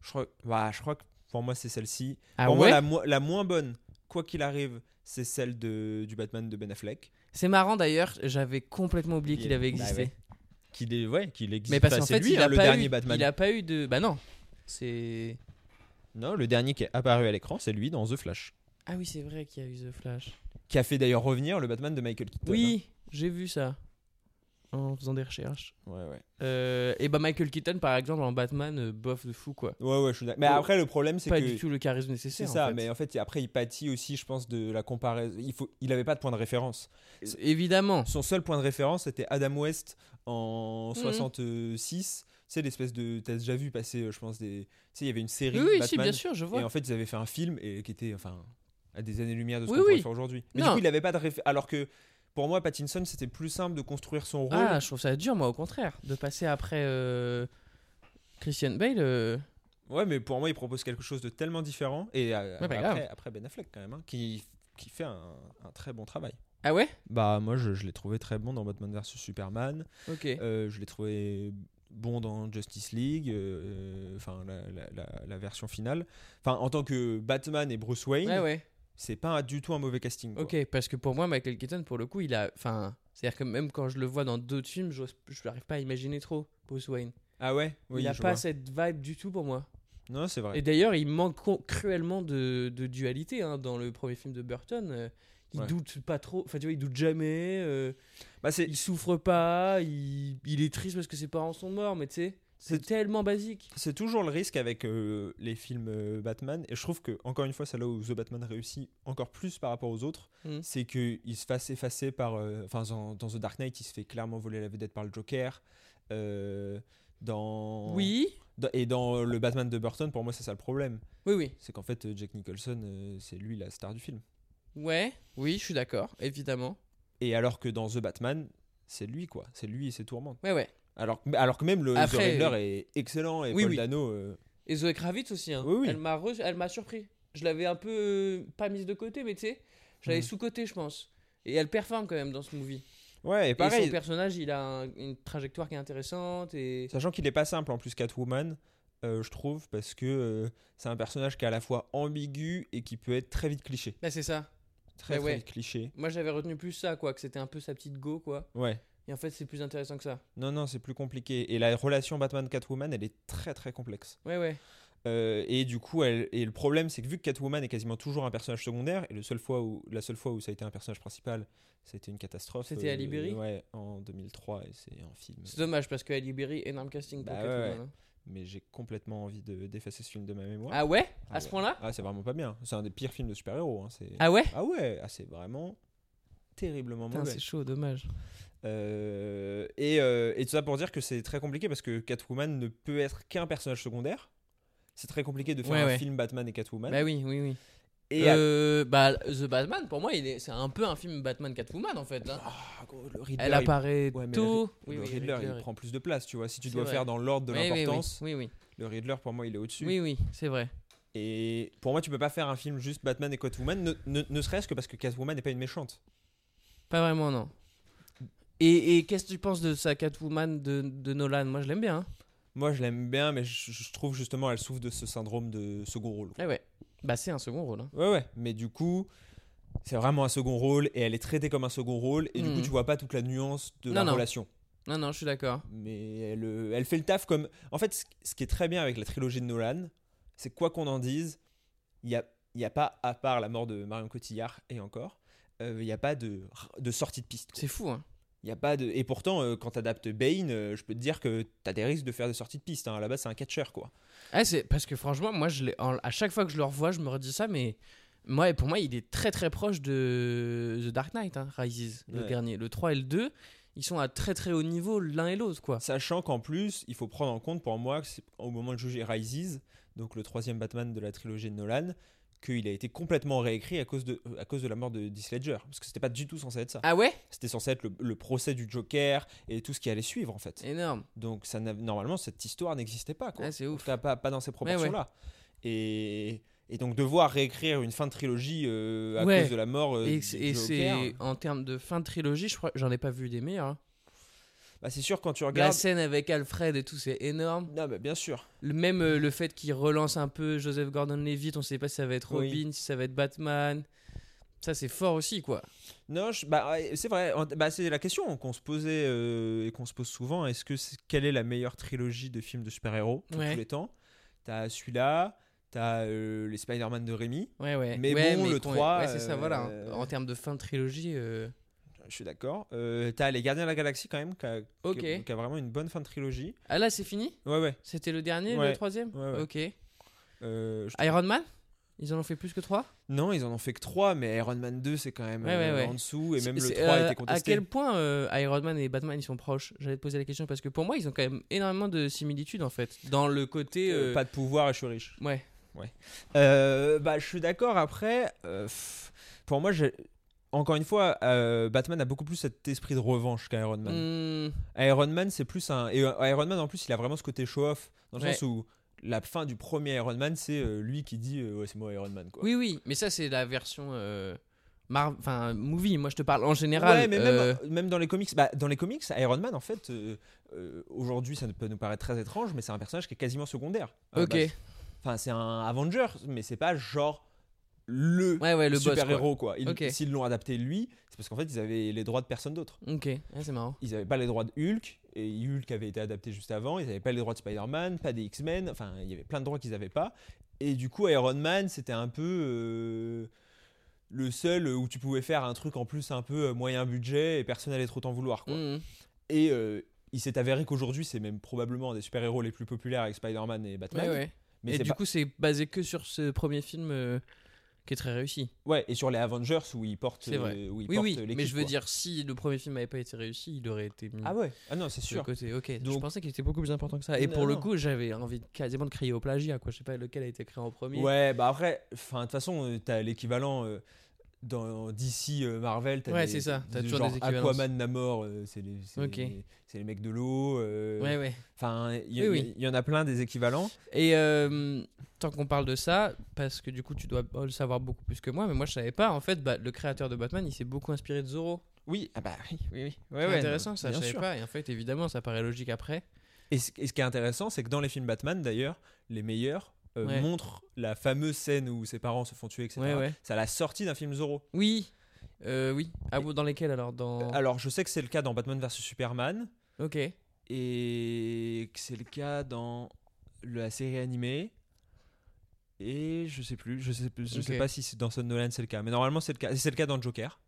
S5: Je crois, bah, je crois que pour moi c'est celle-ci.
S6: Ah
S5: pour moi
S6: ouais
S5: la, mo- la moins bonne, quoi qu'il arrive, c'est celle de du Batman de Ben Affleck.
S6: C'est marrant d'ailleurs, j'avais complètement oublié
S5: Il
S6: qu'il
S5: est-
S6: avait
S5: bah
S6: existé.
S5: ouais. Qu'il est ouais, qu'il existe.
S6: Mais parce
S5: Enfin,
S6: qu'en
S5: c'est
S6: fait,
S5: lui,
S6: il
S5: hein,
S6: a
S5: le
S6: pas
S5: dernier
S6: eu-
S5: Batman.
S6: il a pas eu de bah non, c'est
S5: Non, le dernier qui est apparu à l'écran, c'est lui dans The Flash,
S6: Ah oui, c'est vrai qu'il y a eu The Flash.
S5: qui a fait d'ailleurs revenir le Batman de Michael Keaton.
S6: Oui, j'ai vu ça en faisant des recherches.
S5: hein. Ouais, ouais.
S6: Euh, et bah Michael Keaton par exemple en Batman euh, bof de fou quoi.
S5: Ouais, ouais, je suis d'accord. Mais
S6: Oh.
S5: après, le problème, c'est
S6: Pas
S5: que.
S6: du tout le charisme
S5: C'est
S6: nécessaire. en
S5: ça,
S6: fait.
S5: mais en fait, après, il pâtit aussi, je pense, de la comparaison. Il faut, il avait pas de point de référence.
S6: évidemment.
S5: Son seul point de référence, c'était Adam West en
S6: Mhm.
S5: 66. C'est l'espèce de. T'as déjà vu passer, euh, je pense, des. Tu sais, il y avait une série.
S6: Oui, oui, si
S5: Batman,
S6: bien sûr, je vois.
S5: Et en fait, ils avaient fait un film et qui était, enfin, à des années-lumière de ce
S6: Oui,
S5: qu'on
S6: oui.
S5: pourrait faire aujourd'hui. Mais
S6: Non.
S5: du coup, il avait pas de référence. Alors que, pour moi, Pattinson, c'était plus simple de construire son rôle.
S6: Ah, je trouve ça dur, moi, au contraire, de passer après euh, Christian Bale. euh,
S5: Ouais, mais pour moi, il propose quelque chose de tellement différent. Et euh,
S6: Ouais, pas grave.
S5: après, après Ben Affleck, quand même, hein, qui, qui fait un- un très bon travail.
S6: Ah ouais
S5: Bah moi je, je l'ai trouvé très bon dans Batman vs Superman,
S6: Ok.
S5: Euh, je l'ai trouvé bon dans Justice League, euh, enfin la, la- la- la version finale. Enfin en tant que Batman et Bruce Wayne,
S6: ouais, ouais.
S5: c'est pas du tout un mauvais casting. quoi.
S6: Ok, parce que pour moi, Michael Keaton, pour le coup, il a. Enfin, c'est-à-dire que même quand je le vois dans d'autres films, j'ose- je n'arrive pas à imaginer trop Bruce Wayne.
S5: Ah ouais, oui,
S6: il a
S5: je
S6: pas
S5: vois.
S6: cette vibe du tout pour moi.
S5: Non c'est vrai.
S6: Et d'ailleurs, il manque co- cruellement de, de dualité hein, dans le premier film de Burton. euh, il
S5: Ouais.
S6: doute pas trop, enfin tu vois, il doute jamais, euh,
S5: Bah c'est
S6: il souffre pas, il, il est triste parce que ses parents sont morts, mais tu sais, c'est
S5: C'est-
S6: tellement basique.
S5: c'est toujours le risque avec euh, les films euh, Batman et je trouve que encore une fois c'est là où The Batman réussit encore plus par rapport aux autres,
S6: Mhm.
S5: c'est que il se fasse effacer par euh, enfin dans, dans The Dark Knight, il se fait clairement voler la vedette par le Joker. euh, dans
S6: Oui,
S5: Dans- Et dans le Batman de Burton, pour moi, c'est ça le problème.
S6: oui, oui.
S5: C'est qu'en fait, euh, Jack Nicholson, euh, c'est lui la star du film.
S6: Ouais, oui, je suis d'accord, évidemment.
S5: Et alors que dans The Batman, c'est lui, quoi. C'est lui et ses tourmentes.
S6: Ouais, ouais.
S5: Alors, que- alors que même le
S6: Après,
S5: The Riddler est excellent et
S6: oui,
S5: Paul
S6: oui.
S5: Dano. euh,
S6: Et Zoé Kravitz aussi, hein.
S5: Oui, oui.
S6: Elle m'a re- elle m'a surpris. Je l'avais un peu euh, pas mise de côté, mais tu sais, je l'avais
S5: Mhm.
S6: sous-côté, je pense. Et elle performe quand même dans ce movie.
S5: Ouais, et
S6: Et
S5: pareil.
S6: son personnage, il a un- une trajectoire qui est intéressante et
S5: Sachant qu'il est pas simple en plus Catwoman, euh, je trouve, parce que euh, c'est un personnage qui est à la fois ambigu et qui peut être très vite cliché.
S6: Bah c'est ça.
S5: Très,
S6: Mais
S5: très
S6: ouais.
S5: vite cliché.
S6: Moi j'avais retenu plus ça quoi, que c'était un peu sa petite go quoi.
S5: Ouais.
S6: Et en fait c'est plus intéressant que ça.
S5: Non, non, c'est plus compliqué. Et la relation Batman-Catwoman, elle est très, très complexe.
S6: Ouais ouais.
S5: Euh, et du coup, elle, et le problème, c'est que vu que Catwoman est quasiment toujours un personnage secondaire, et le seul fois où, la seule fois où ça a été un personnage principal, c'était une catastrophe. euh,
S6: C'était Ali Berry
S5: Ouais, en 2003, et c'est un film.
S6: C'est dommage parce que Ali Berry, énorme casting pour
S5: Bah
S6: Catwoman,
S5: ouais, ouais.
S6: hein.
S5: Mais j'ai complètement envie de d'effacer ce film de ma mémoire.
S6: Ah ouais À
S5: Ah
S6: ce
S5: ouais.
S6: point-là
S5: Ah, c'est vraiment pas bien. C'est un des pires films de super-héros. hein, c'est-
S6: Ah ouais
S5: Ah ouais, ah, c'est vraiment terriblement
S6: Putain,
S5: mauvais.
S6: c'est chaud, dommage.
S5: Euh, et, euh, et tout ça pour dire que c'est très compliqué parce que Catwoman ne peut être qu'un personnage secondaire. C'est très compliqué de faire
S6: Ouais,
S5: un
S6: ouais.
S5: film Batman et Catwoman.
S6: Bah oui, oui, oui.
S5: Et à-
S6: Euh, bah, The Batman, pour moi, il est- c'est un peu un film Batman Catwoman en fait. hein.
S5: Ah, gros, le Riddler,
S6: Elle
S5: il-
S6: apparaît
S5: Ouais, mais
S6: tôt.
S5: le, Ri- le Riddler,
S6: Riddler,
S5: il prend plus de place, tu vois. Si tu
S6: C'est
S5: dois
S6: vrai.
S5: faire dans l'ordre de
S6: Oui, oui, oui.
S5: l'importance,
S6: Oui, oui.
S5: le Riddler, pour moi, il est au-dessus.
S6: Oui, oui, c'est vrai.
S5: Et pour moi, tu peux pas faire un film juste Batman et Catwoman, ne, ne- ne serait-ce que parce que Catwoman n'est pas une méchante.
S6: Pas vraiment, non. Et, et qu'est-ce que tu penses de sa Catwoman de, de Nolan Moi, je l'aime bien. hein.
S5: Moi, je l'aime bien, mais je, je trouve justement, elle souffre de ce syndrome de second rôle.
S6: Ouais, ouais. Bah, c'est un second rôle. hein.
S5: Ouais, ouais. Mais du coup, c'est vraiment un second rôle et elle est traitée comme un second rôle. Et du coup,
S6: Mhm.
S5: tu vois pas toute la nuance de
S6: Non,
S5: la
S6: non.
S5: relation.
S6: Non, non, je suis d'accord.
S5: mais elle, euh, elle fait le taf comme. En fait, ce- ce qui est très bien avec la trilogie de Nolan, c'est que quoi qu'on en dise, il n'y a, il y a pas, à part la mort de Marion Cotillard et encore, euh, il n'y a pas de, de sortie de piste. quoi.
S6: C'est fou, hein.
S5: Il Y a pas de... Et pourtant, euh, quand tu adaptes Bane, euh, je peux te dire que tu as des risques de faire des sorties de piste. hein. À la base, c'est un catcheur, quoi.
S6: Ah, c'est parce que franchement, moi, je l'ai- en- à chaque fois que je le revois, je me redis ça, mais moi, pour moi, il est très très proche de The Dark Knight, hein, Rises, le
S5: Ouais.
S6: dernier. Le 3 et le 2, ils sont à très très haut niveau l'un et l'autre, quoi.
S5: Sachant qu'en plus, il faut prendre en compte pour moi, que c'est- au moment de juger Rises, donc le troisième Batman de la trilogie de Nolan, qu'il a été complètement réécrit à cause de, euh, à cause de la mort de Heath Ledger. Parce que c'était pas du tout censé être ça.
S6: Ah ouais
S5: C'était censé être le, le procès du Joker et tout ce qui allait suivre, en fait.
S6: Énorme.
S5: Donc, ça n'a- normalement, cette histoire n'existait pas, quoi.
S6: Ah, c'est ouf.
S5: T'as pas, pas dans ces proportions-là. Et, et donc, devoir réécrire une fin de trilogie euh, à
S6: Ouais.
S5: cause de la mort euh,
S6: Et
S5: du
S6: c'est- et
S5: Joker,
S6: c'est en termes de fin de trilogie, je crois, j'en ai pas vu des meilleurs. hein.
S5: bah, c'est sûr quand tu
S6: La
S5: regardes.
S6: scène avec Alfred et tout, c'est énorme.
S5: Non, mais bien sûr.
S6: Le, même euh, le fait qu'il relance un peu Joseph Gordon-Levitt, on sait pas si ça va être
S5: Oui.
S6: Robin, si ça va être Batman. Ça, c'est fort aussi, quoi.
S5: Non, je- bah, ouais, c'est vrai. En- bah, c'est la question qu'on se posait euh, et qu'on se pose souvent. Est-ce que c'est- quelle est la meilleure trilogie de films de super-héros de
S6: Ouais.
S5: tous les temps T'as celui-là, t'as euh, les Spider-Man de Rémi.
S6: Ouais, ouais.
S5: Mais
S6: Ouais,
S5: bon, le
S6: qu'on-
S5: 3,
S6: Ouais, c'est ça, voilà. hein.
S5: euh,
S6: En termes de fin de trilogie. euh,
S5: Je suis d'accord. Euh, t'as les Gardiens de la Galaxie quand même, qui a, qui a-
S6: Ok.
S5: qui a vraiment une bonne fin de trilogie.
S6: Ah là, c'est fini
S5: Ouais, ouais.
S6: C'était le dernier,
S5: Ouais.
S6: le troisième
S5: Ouais, ouais.
S6: Ok.
S5: Euh, je-
S6: Iron Man Ils en ont fait plus que trois
S5: Non, ils en ont fait que 3 mais Iron Man 2 c'est quand même
S6: Ouais, ouais,
S5: euh,
S6: ouais.
S5: en dessous et même le
S6: C'est-
S5: 3
S6: euh,
S5: était
S6: À
S5: contesté.
S6: quel point euh, Iron Man et Batman ils sont proches J'allais te poser la question parce que pour moi ils ont quand même énormément de similitudes en fait. Dans le côté.
S5: Euh,
S6: euh,
S5: Pas de pouvoir et je suis riche.
S6: Ouais.
S5: Euh, bah, je suis d'accord. Après, euh, pff, pour moi, j'ai- encore une fois, euh, Batman a beaucoup plus cet esprit de revanche qu'Iron Man.
S6: Hmm,
S5: Iron Man, c'est plus un. Et euh, Iron Man, en plus, il a vraiment ce côté show-off, dans le
S6: Ouais.
S5: sens où la fin du premier Iron Man, c'est euh, lui qui dit euh, Ouais, c'est moi Iron Man. Quoi.
S6: Oui, oui, mais ça c'est la version. euh, Mar- Enfin, movie, moi je te parle en général.
S5: Ouais, mais
S6: euh,
S5: même, même dans les comics, bah, dans les comics, Iron Man, en fait, euh, euh, aujourd'hui, ça peut nous paraître très étrange, mais c'est un personnage qui est quasiment secondaire. à la
S6: Ok.
S5: base. Enfin, c'est un Avenger, mais c'est pas genre le
S6: Ouais, ouais, le boss.
S5: super
S6: quoi.
S5: héros quoi. Ils-
S6: Ok.
S5: S'ils l'ont adapté lui, c'est parce qu'en fait ils avaient les droits de personne d'autre.
S6: Ok, Ouais, c'est marrant.
S5: Ils n'avaient pas les droits de Hulk et Hulk avait été adapté juste avant. Ils n'avaient pas les droits de Spider-Man, pas des X-Men. Enfin, il y avait plein de droits qu'ils n'avaient pas. Et du coup, Iron Man, c'était un peu euh, le seul où tu pouvais faire un truc en plus un peu euh, moyen budget et personne n'allait trop t'en vouloir. Quoi.
S6: Hmm.
S5: Et euh, il s'est avéré qu'aujourd'hui, c'est même probablement un des super-héros les plus populaires avec Spider-Man et Batman.
S6: Ouais, ouais.
S5: Mais
S6: et
S5: c'est
S6: du
S5: pas-
S6: coup, c'est basé que sur ce premier film euh, qui est très réussi.
S5: ouais, et sur les Avengers où ils portent,
S6: C'est vrai.
S5: euh, où ils
S6: Oui,
S5: portent
S6: oui,
S5: l'équipe,
S6: mais je veux
S5: quoi.
S6: dire, mm. si le premier film n'avait pas été réussi, il aurait été mis
S5: Ah ouais, ah non, c'est
S6: de
S5: sûr.
S6: côté. Ok, je
S5: Donc-
S6: pensais qu'il était beaucoup plus important que ça. Et
S5: Non,
S6: pour le
S5: non.
S6: coup, j'avais envie de- quasiment de crier au plagiat, quoi. Je sais pas lequel a été créé en premier.
S5: Ouais, bah après, enfin de toute façon, euh, t'as l'équivalent euh, dans DC, euh, Marvel, t'as
S6: Ouais,
S5: des-
S6: c'est ça, t'as toujours
S5: genre
S6: des équivalences.
S5: Aquaman, Namor, euh, c'est les, c'est
S6: Ok.
S5: les- c'est les mecs de l'eau. euh,
S6: ouais, ouais.
S5: Enfin, il y, a-
S6: Oui,
S5: il y a-
S6: oui.
S5: il y en a plein des équivalents.
S6: Et euh, tant qu'on parle de ça, parce que du coup, tu dois le savoir beaucoup plus que moi, mais moi, je savais pas. En fait, bah, le créateur de Batman, il s'est beaucoup inspiré de Zorro.
S5: Oui, ah bah oui, oui, oui. Ouais,
S6: C'est
S5: ouais,
S6: intéressant,
S5: non,
S6: ça, je
S5: bien
S6: savais
S5: sûr.
S6: pas. Et en fait, évidemment, ça paraît logique après.
S5: Et ce, et ce qui est intéressant, c'est que dans les films Batman, d'ailleurs, les meilleurs euh,
S6: Ouais.
S5: montrent la fameuse scène où ses parents se font tuer, etc.
S6: Ouais, ouais.
S5: C'est à la sortie d'un film Zorro.
S6: Oui, euh, oui. Ah, bon, dans lesquels alors Dans.
S5: Alors, je sais que c'est le cas dans Batman vs Superman,
S6: Ok.
S5: et que c'est le cas dans la série animée et je sais plus je sais plus je sais
S6: Ok.
S5: pas si c'est dans Son Nolan c'est le cas mais normalement c'est le cas et c'est le cas dans Joker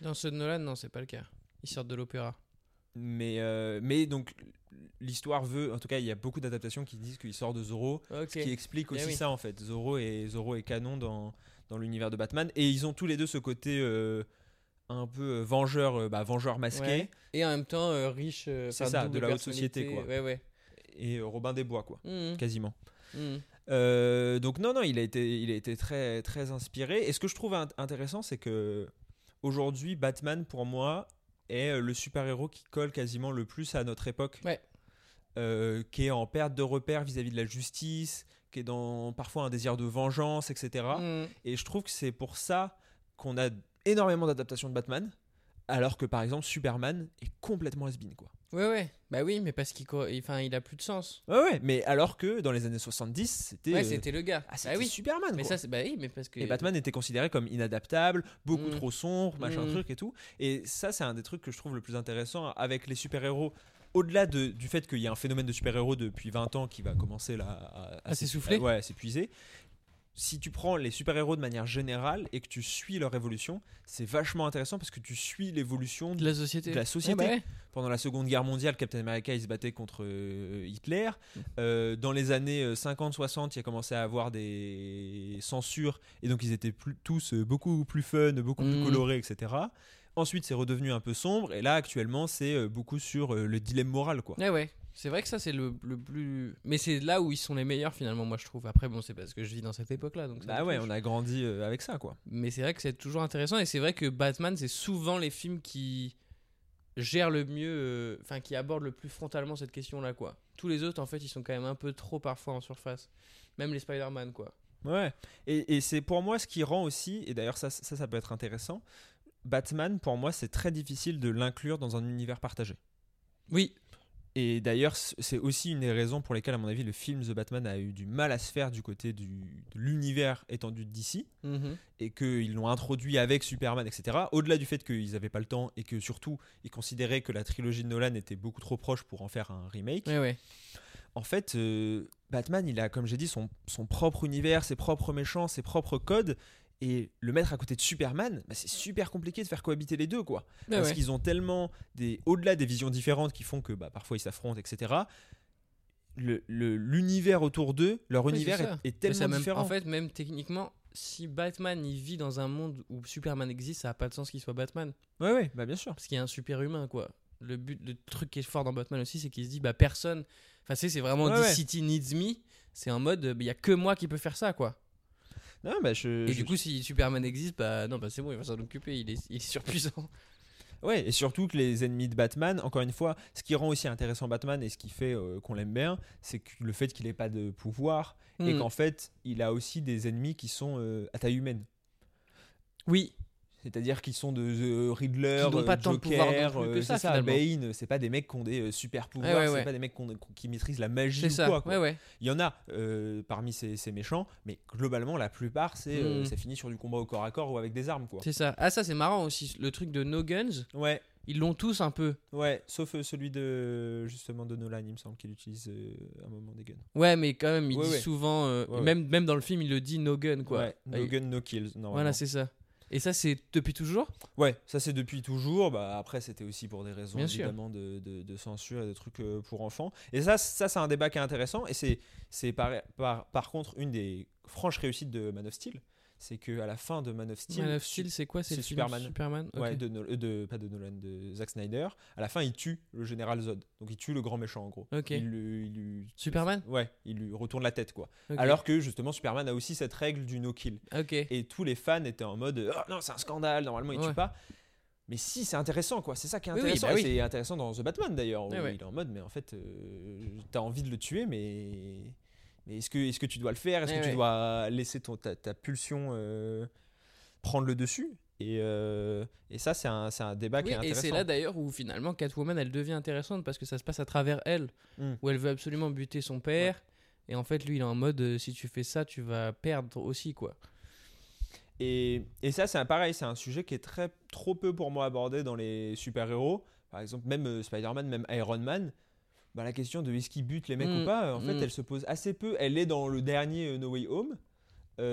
S6: Dans ceux de Nolan, non, c'est pas le cas. Ils sortent de l'opéra.
S5: mais euh, mais donc l'histoire veut en tout cas il y a beaucoup d'adaptations qui disent qu'il sort de Zorro
S6: Ok.
S5: ce qui explique
S6: Eh
S5: aussi
S6: oui.
S5: ça en fait Zorro et Zorro est canon dans dans l'univers de Batman et ils ont tous les deux ce côté euh, un peu euh, vengeur euh, bah, vengeur masqué
S6: Ouais. Et en même temps, euh, riche. euh,
S5: C'est
S6: enfin,
S5: ça,
S6: double
S5: de la haute
S6: personnalité.
S5: société, quoi.
S6: Ouais, ouais.
S5: et euh, Robin des Bois quoi
S6: Mhm.
S5: quasiment
S6: Mhm.
S5: Euh, donc non, non, il a été, il a été très, très inspiré. Et ce que je trouve int- intéressant, c'est que aujourd'hui, Batman, pour moi, est euh, le super-héros qui colle quasiment le plus à notre époque.
S6: Ouais.
S5: Euh, qui est en perte de repères vis-à-vis de la justice, qui est dans parfois un désir de vengeance, etc.
S6: Mhm.
S5: Et je trouve que c'est pour ça qu'on a énormément d'adaptations de Batman, alors que par exemple Superman est complètement has-been, quoi.
S6: Ouais, ouais. Bah oui, mais parce qu'il co- enfin, il a plus de sens.
S5: Ouais, ouais, mais alors que dans les années 70, c'était...
S6: Ouais,
S5: euh,
S6: c'était le gars.
S5: ah,
S6: bah
S5: c'était
S6: oui.
S5: Superman,
S6: Mais
S5: quoi.
S6: ça, c'est bah oui, mais parce que.
S5: Et Batman était considéré comme inadaptable, beaucoup
S6: Mm.
S5: trop sombre, machin
S6: Mm.
S5: truc et tout. Et ça, c'est un des trucs que je trouve le plus intéressant avec les super-héros. Au-delà de- du fait qu'il y a un phénomène de super-héros depuis 20 ans qui va commencer là, à,
S6: À s'essouffler.
S5: Ouais, à s'épuiser. Si tu prends les super-héros de manière générale et que tu suis leur évolution, c'est vachement intéressant parce que tu suis l'évolution
S6: de la société.
S5: de la société.
S6: Ah bah ouais.
S5: Pendant la Seconde Guerre mondiale, Captain America, il se battait contre euh, Hitler. Euh, dans les années euh, 50-60, il y a commencé à avoir des censures, et donc ils étaient plus- tous euh, beaucoup plus fun, beaucoup plus
S6: Mm.
S5: colorés, etc. Ensuite, c'est redevenu un peu sombre, et là, actuellement, c'est euh, beaucoup sur euh, le dilemme moral, quoi.
S6: bah Ouais, ouais. C'est vrai que ça, c'est le, le plus. Mais c'est là où ils sont les meilleurs, finalement, moi, je trouve. Après, bon, c'est parce que je vis dans cette époque-là. donc ça
S5: Bah
S6: me
S5: ouais,
S6: touche.
S5: on a grandi euh, avec ça, quoi.
S6: Mais c'est vrai que c'est toujours intéressant. Et c'est vrai que Batman, c'est souvent les films qui gèrent le mieux. euh, Enfin, qui abordent le plus frontalement cette question-là, quoi. Tous les autres, en fait, ils sont quand même un peu trop parfois en surface. Même les Spider-Man, quoi.
S5: Ouais. Et, et c'est pour moi ce qui rend aussi, et d'ailleurs ça, ça, ça peut être intéressant, Batman, pour moi, c'est très difficile de l'inclure dans un univers partagé.
S6: Oui,
S5: Et d'ailleurs, c- c'est aussi une des raisons pour lesquelles, à mon avis, le film The Batman a eu du mal à se faire du côté du, de l'univers étendu de DC,
S6: Mhm.
S5: et qu'ils l'ont introduit avec Superman, etc. Au-delà du fait qu'ils n'avaient pas le temps, et que surtout, ils considéraient que la trilogie de Nolan était beaucoup trop proche pour en faire un remake.
S6: ouais, ouais.
S5: En fait, euh, Batman, il a, comme j'ai dit, son, son propre univers, ses propres méchants, ses propres codes. Et le mettre à côté de Superman, bah, c'est super compliqué de faire cohabiter les deux, quoi.
S6: Ouais,
S5: Parce
S6: Ah ouais.
S5: qu'ils ont tellement, des, au-delà des visions différentes qui font que bah, parfois ils s'affrontent, etc., le- le- l'univers autour d'eux, leur
S6: Oui,
S5: univers
S6: c'est
S5: est,
S6: ça.
S5: est
S6: Mais ça
S5: tellement
S6: même-
S5: différent.
S6: En fait, même techniquement, si Batman il vit dans un monde où Superman existe, ça n'a pas de sens qu'il soit Batman.
S5: ouais, ouais, bah, bien sûr.
S6: Parce qu'il y a un super-humain, quoi. Le but, le truc qui est fort dans Batman aussi, c'est qu'il se dit, bah personne. Enfin, c'est, c'est vraiment
S5: Ouais,
S6: The
S5: ouais.
S6: City Needs Me. C'est en mode, euh, il y a que moi qui peux faire ça, quoi.
S5: Non, bah, je,
S6: Et
S5: je-
S6: du coup, si Superman existe, bah non, bah c'est bon, il va s'en occuper, il est, il est surpuissant.
S5: Ouais, et surtout que les ennemis de Batman, encore une fois, ce qui rend aussi intéressant Batman et ce qui fait euh, qu'on l'aime bien, c'est que le fait qu'il n'ait pas de pouvoir et
S6: Hmm.
S5: qu'en fait, il a aussi des ennemis qui sont euh, à taille humaine.
S6: Oui,
S5: C'est-à-dire qu'ils sont de euh, Riddler,
S6: Qui n'ont pas
S5: euh,
S6: tant de pouvoir non
S5: Joker,
S6: plus que
S5: euh,
S6: ça,
S5: c'est ça,
S6: finalement.
S5: Bane, c'est pas des mecs qui ont des euh, super pouvoirs,
S6: Ouais, ouais, ouais.
S5: c'est pas des mecs qui, ont- qui maîtrisent la magie
S6: c'est
S5: ou
S6: ça.
S5: quoi. quoi.
S6: Ouais, ouais.
S5: Il y en a euh, parmi ces, ces méchants, mais globalement, la plupart, c'est euh,
S6: Hmm.
S5: ça finit sur du combat au corps à corps ou avec des armes, quoi.
S6: C'est ça. Ah, ça, c'est marrant aussi. Le truc de No Guns,
S5: Ouais,
S6: ils l'ont tous un peu.
S5: ouais, sauf euh, celui de justement de Nolan, il me semble qu'il utilise euh, à un moment des guns.
S6: Ouais, mais quand même, il
S5: Ouais,
S6: dit
S5: ouais.
S6: souvent. euh,
S5: Ouais, ouais.
S6: Même, même dans le film, il le dit No Gun, quoi.
S5: Ouais, no
S6: Et-
S5: gun, no kills.
S6: Voilà,
S5: Normalement.
S6: c'est ça. Et ça, c'est depuis toujours
S5: Ouais, ça c'est depuis toujours. Bah, après, c'était aussi pour des raisons
S6: Bien sûr.
S5: évidemment de, de- de censure et de trucs euh, pour enfants. Et ça, ça c'est un débat qui est intéressant. Et c'est, c'est par, par, par contre une des franches réussites de Man of Steel. C'est qu'à la fin de Man of Steel,
S6: Man of Steel, c'est quoi C'est
S5: c'est
S6: le film
S5: Superman.
S6: Superman ok.
S5: ouais, de, Nol- euh, de- pas de Nolan, de Zack Snyder, à la fin, il tue le général Zod. Donc il tue le grand méchant en gros.
S6: Ok.
S5: Il, lui- il lui-
S6: Superman
S5: ouais, il lui retourne la tête quoi.
S6: Ok.
S5: Alors que justement, Superman a aussi cette règle du no kill.
S6: Ok.
S5: et tous les fans étaient en mode oh non c'est un scandale normalement il
S6: Ouais.
S5: tue pas mais si c'est intéressant quoi c'est ça qui est
S6: Oui, oui,
S5: intéressant
S6: bah
S5: Et
S6: oui. Eh
S5: c'est intéressant dans The Batman d'ailleurs où
S6: Ouais, ouais.
S5: il est en mode mais en fait euh, t'as envie de le tuer mais mais est-ce que est-ce que tu dois le faire est-ce
S6: Eh Ouais,
S5: que
S6: ouais.
S5: tu dois laisser ton ta, ta pulsion euh, prendre le dessus et, euh, et ça c'est un, c'est un débat qui
S6: Oui,
S5: est
S6: et
S5: intéressant
S6: c'est là d'ailleurs où finalement Catwoman elle devient intéressante parce que ça se passe à travers elle,
S5: Hmm.
S6: où elle veut absolument buter son père. Et en fait, lui, il est en mode euh, si tu fais ça, tu vas perdre aussi, quoi.
S5: Et, et ça, c'est un- pareil, c'est un sujet qui est très trop peu pour moi abordé dans les super-héros. Par exemple, même euh, Spider-Man, même Iron Man, bah, la question de est-ce qu'ils butent les mecs
S6: Mm,
S5: ou pas, euh, en fait,
S6: mm.
S5: elle se pose assez peu. Elle est dans le dernier euh, No Way Home.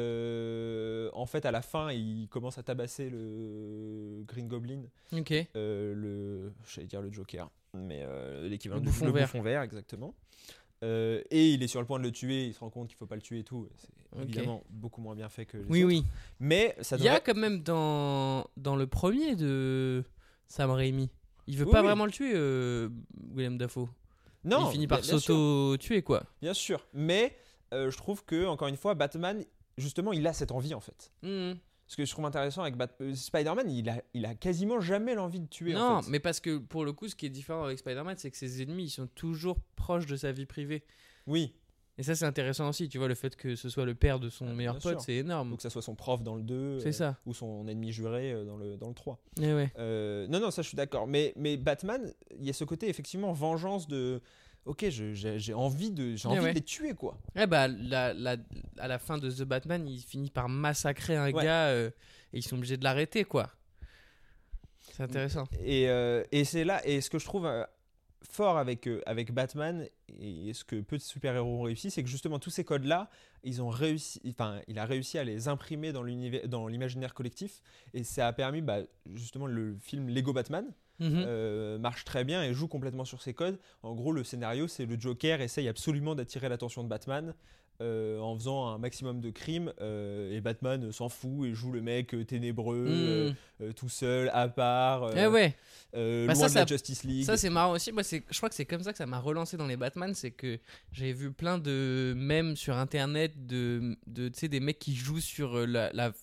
S5: Euh, en fait, à la fin, il commence à tabasser le Green Goblin,
S6: Ok.
S5: euh, le, j'allais dire le Joker, mais euh, l'équivalent
S6: Le
S5: du
S6: bouffon
S5: le
S6: vert.
S5: bouffon vert, exactement. Euh, et il est sur le point de le tuer, il se rend compte qu'il faut pas le tuer et tout. C'est
S6: Ok.
S5: évidemment beaucoup moins bien fait que les
S6: Oui,
S5: autres.
S6: oui.
S5: Mais ça
S6: Il y a
S5: devrait-
S6: quand même dans, dans le premier de Sam Raimi. Il veut
S5: Oui,
S6: pas
S5: oui.
S6: vraiment le tuer, euh, William Dafoe.
S5: Non,
S6: il finit
S5: bien-
S6: par
S5: bien sûr,
S6: s'auto-tuer, quoi.
S5: Bien sûr, mais euh, je trouve que encore une fois, Batman, justement, il a cette envie en fait.
S6: Hmm.
S5: Ce que je trouve intéressant avec Bat- euh, Spider-Man, il a, il a quasiment jamais l'envie de tuer.
S6: Non,
S5: en fait.
S6: mais parce que pour le coup, ce qui est différent avec Spider-Man, c'est que ses ennemis, ils sont toujours proches de sa vie privée.
S5: oui,
S6: Et ça, c'est intéressant aussi. Tu vois, le fait que ce soit le père de son
S5: Ah,
S6: meilleur
S5: bien
S6: pote,
S5: sûr.
S6: c'est énorme.
S5: donc que ça soit son prof dans le 2
S6: Mm. C'est
S5: euh,
S6: ça.
S5: ou son ennemi juré euh, dans le dans le 3.
S6: Eh ouais.
S5: Euh, non non, ça je suis d'accord, mais mais Batman, il y a ce côté effectivement vengeance de OK, je- j'ai j'ai envie de j'ai
S6: Eh
S5: envie
S6: ouais.
S5: de les tuer quoi.
S6: Eh bah, la- la- à la fin de The Batman, il finit par massacrer un
S5: Ouais.
S6: gars euh, et ils sont obligés de l'arrêter, quoi. C'est intéressant.
S5: Et, euh, et c'est là, et ce que je trouve euh, fort avec, euh, avec Batman, et ce que peu de super-héros ont réussi, c'est que justement tous ces codes-là, ils ont réussi, enfin, il a réussi à les imprimer dans l'univers, dans l'imaginaire collectif, et ça a permis, bah, justement, le film Lego Batman
S6: Mhm.
S5: euh, marche très bien et joue complètement sur ces codes. En gros, le scénario, c'est le Joker essaye absolument d'attirer l'attention de Batman. euh, en faisant un maximum de crimes. euh, et Batman euh, s'en fout et joue le mec euh, ténébreux, euh,
S6: Hmm.
S5: euh, tout seul, à part, euh,
S6: Eh ouais.
S5: euh,
S6: Bah,
S5: loin
S6: ça,
S5: de la
S6: ça-
S5: Justice League.
S6: Ça c'est marrant aussi. Moi, c'est, je crois que c'est comme ça que ça m'a relancé dans les Batman, c'est que j'ai vu plein de mèmes sur internet de, de tu sais, des mecs qui jouent sur euh, la, la-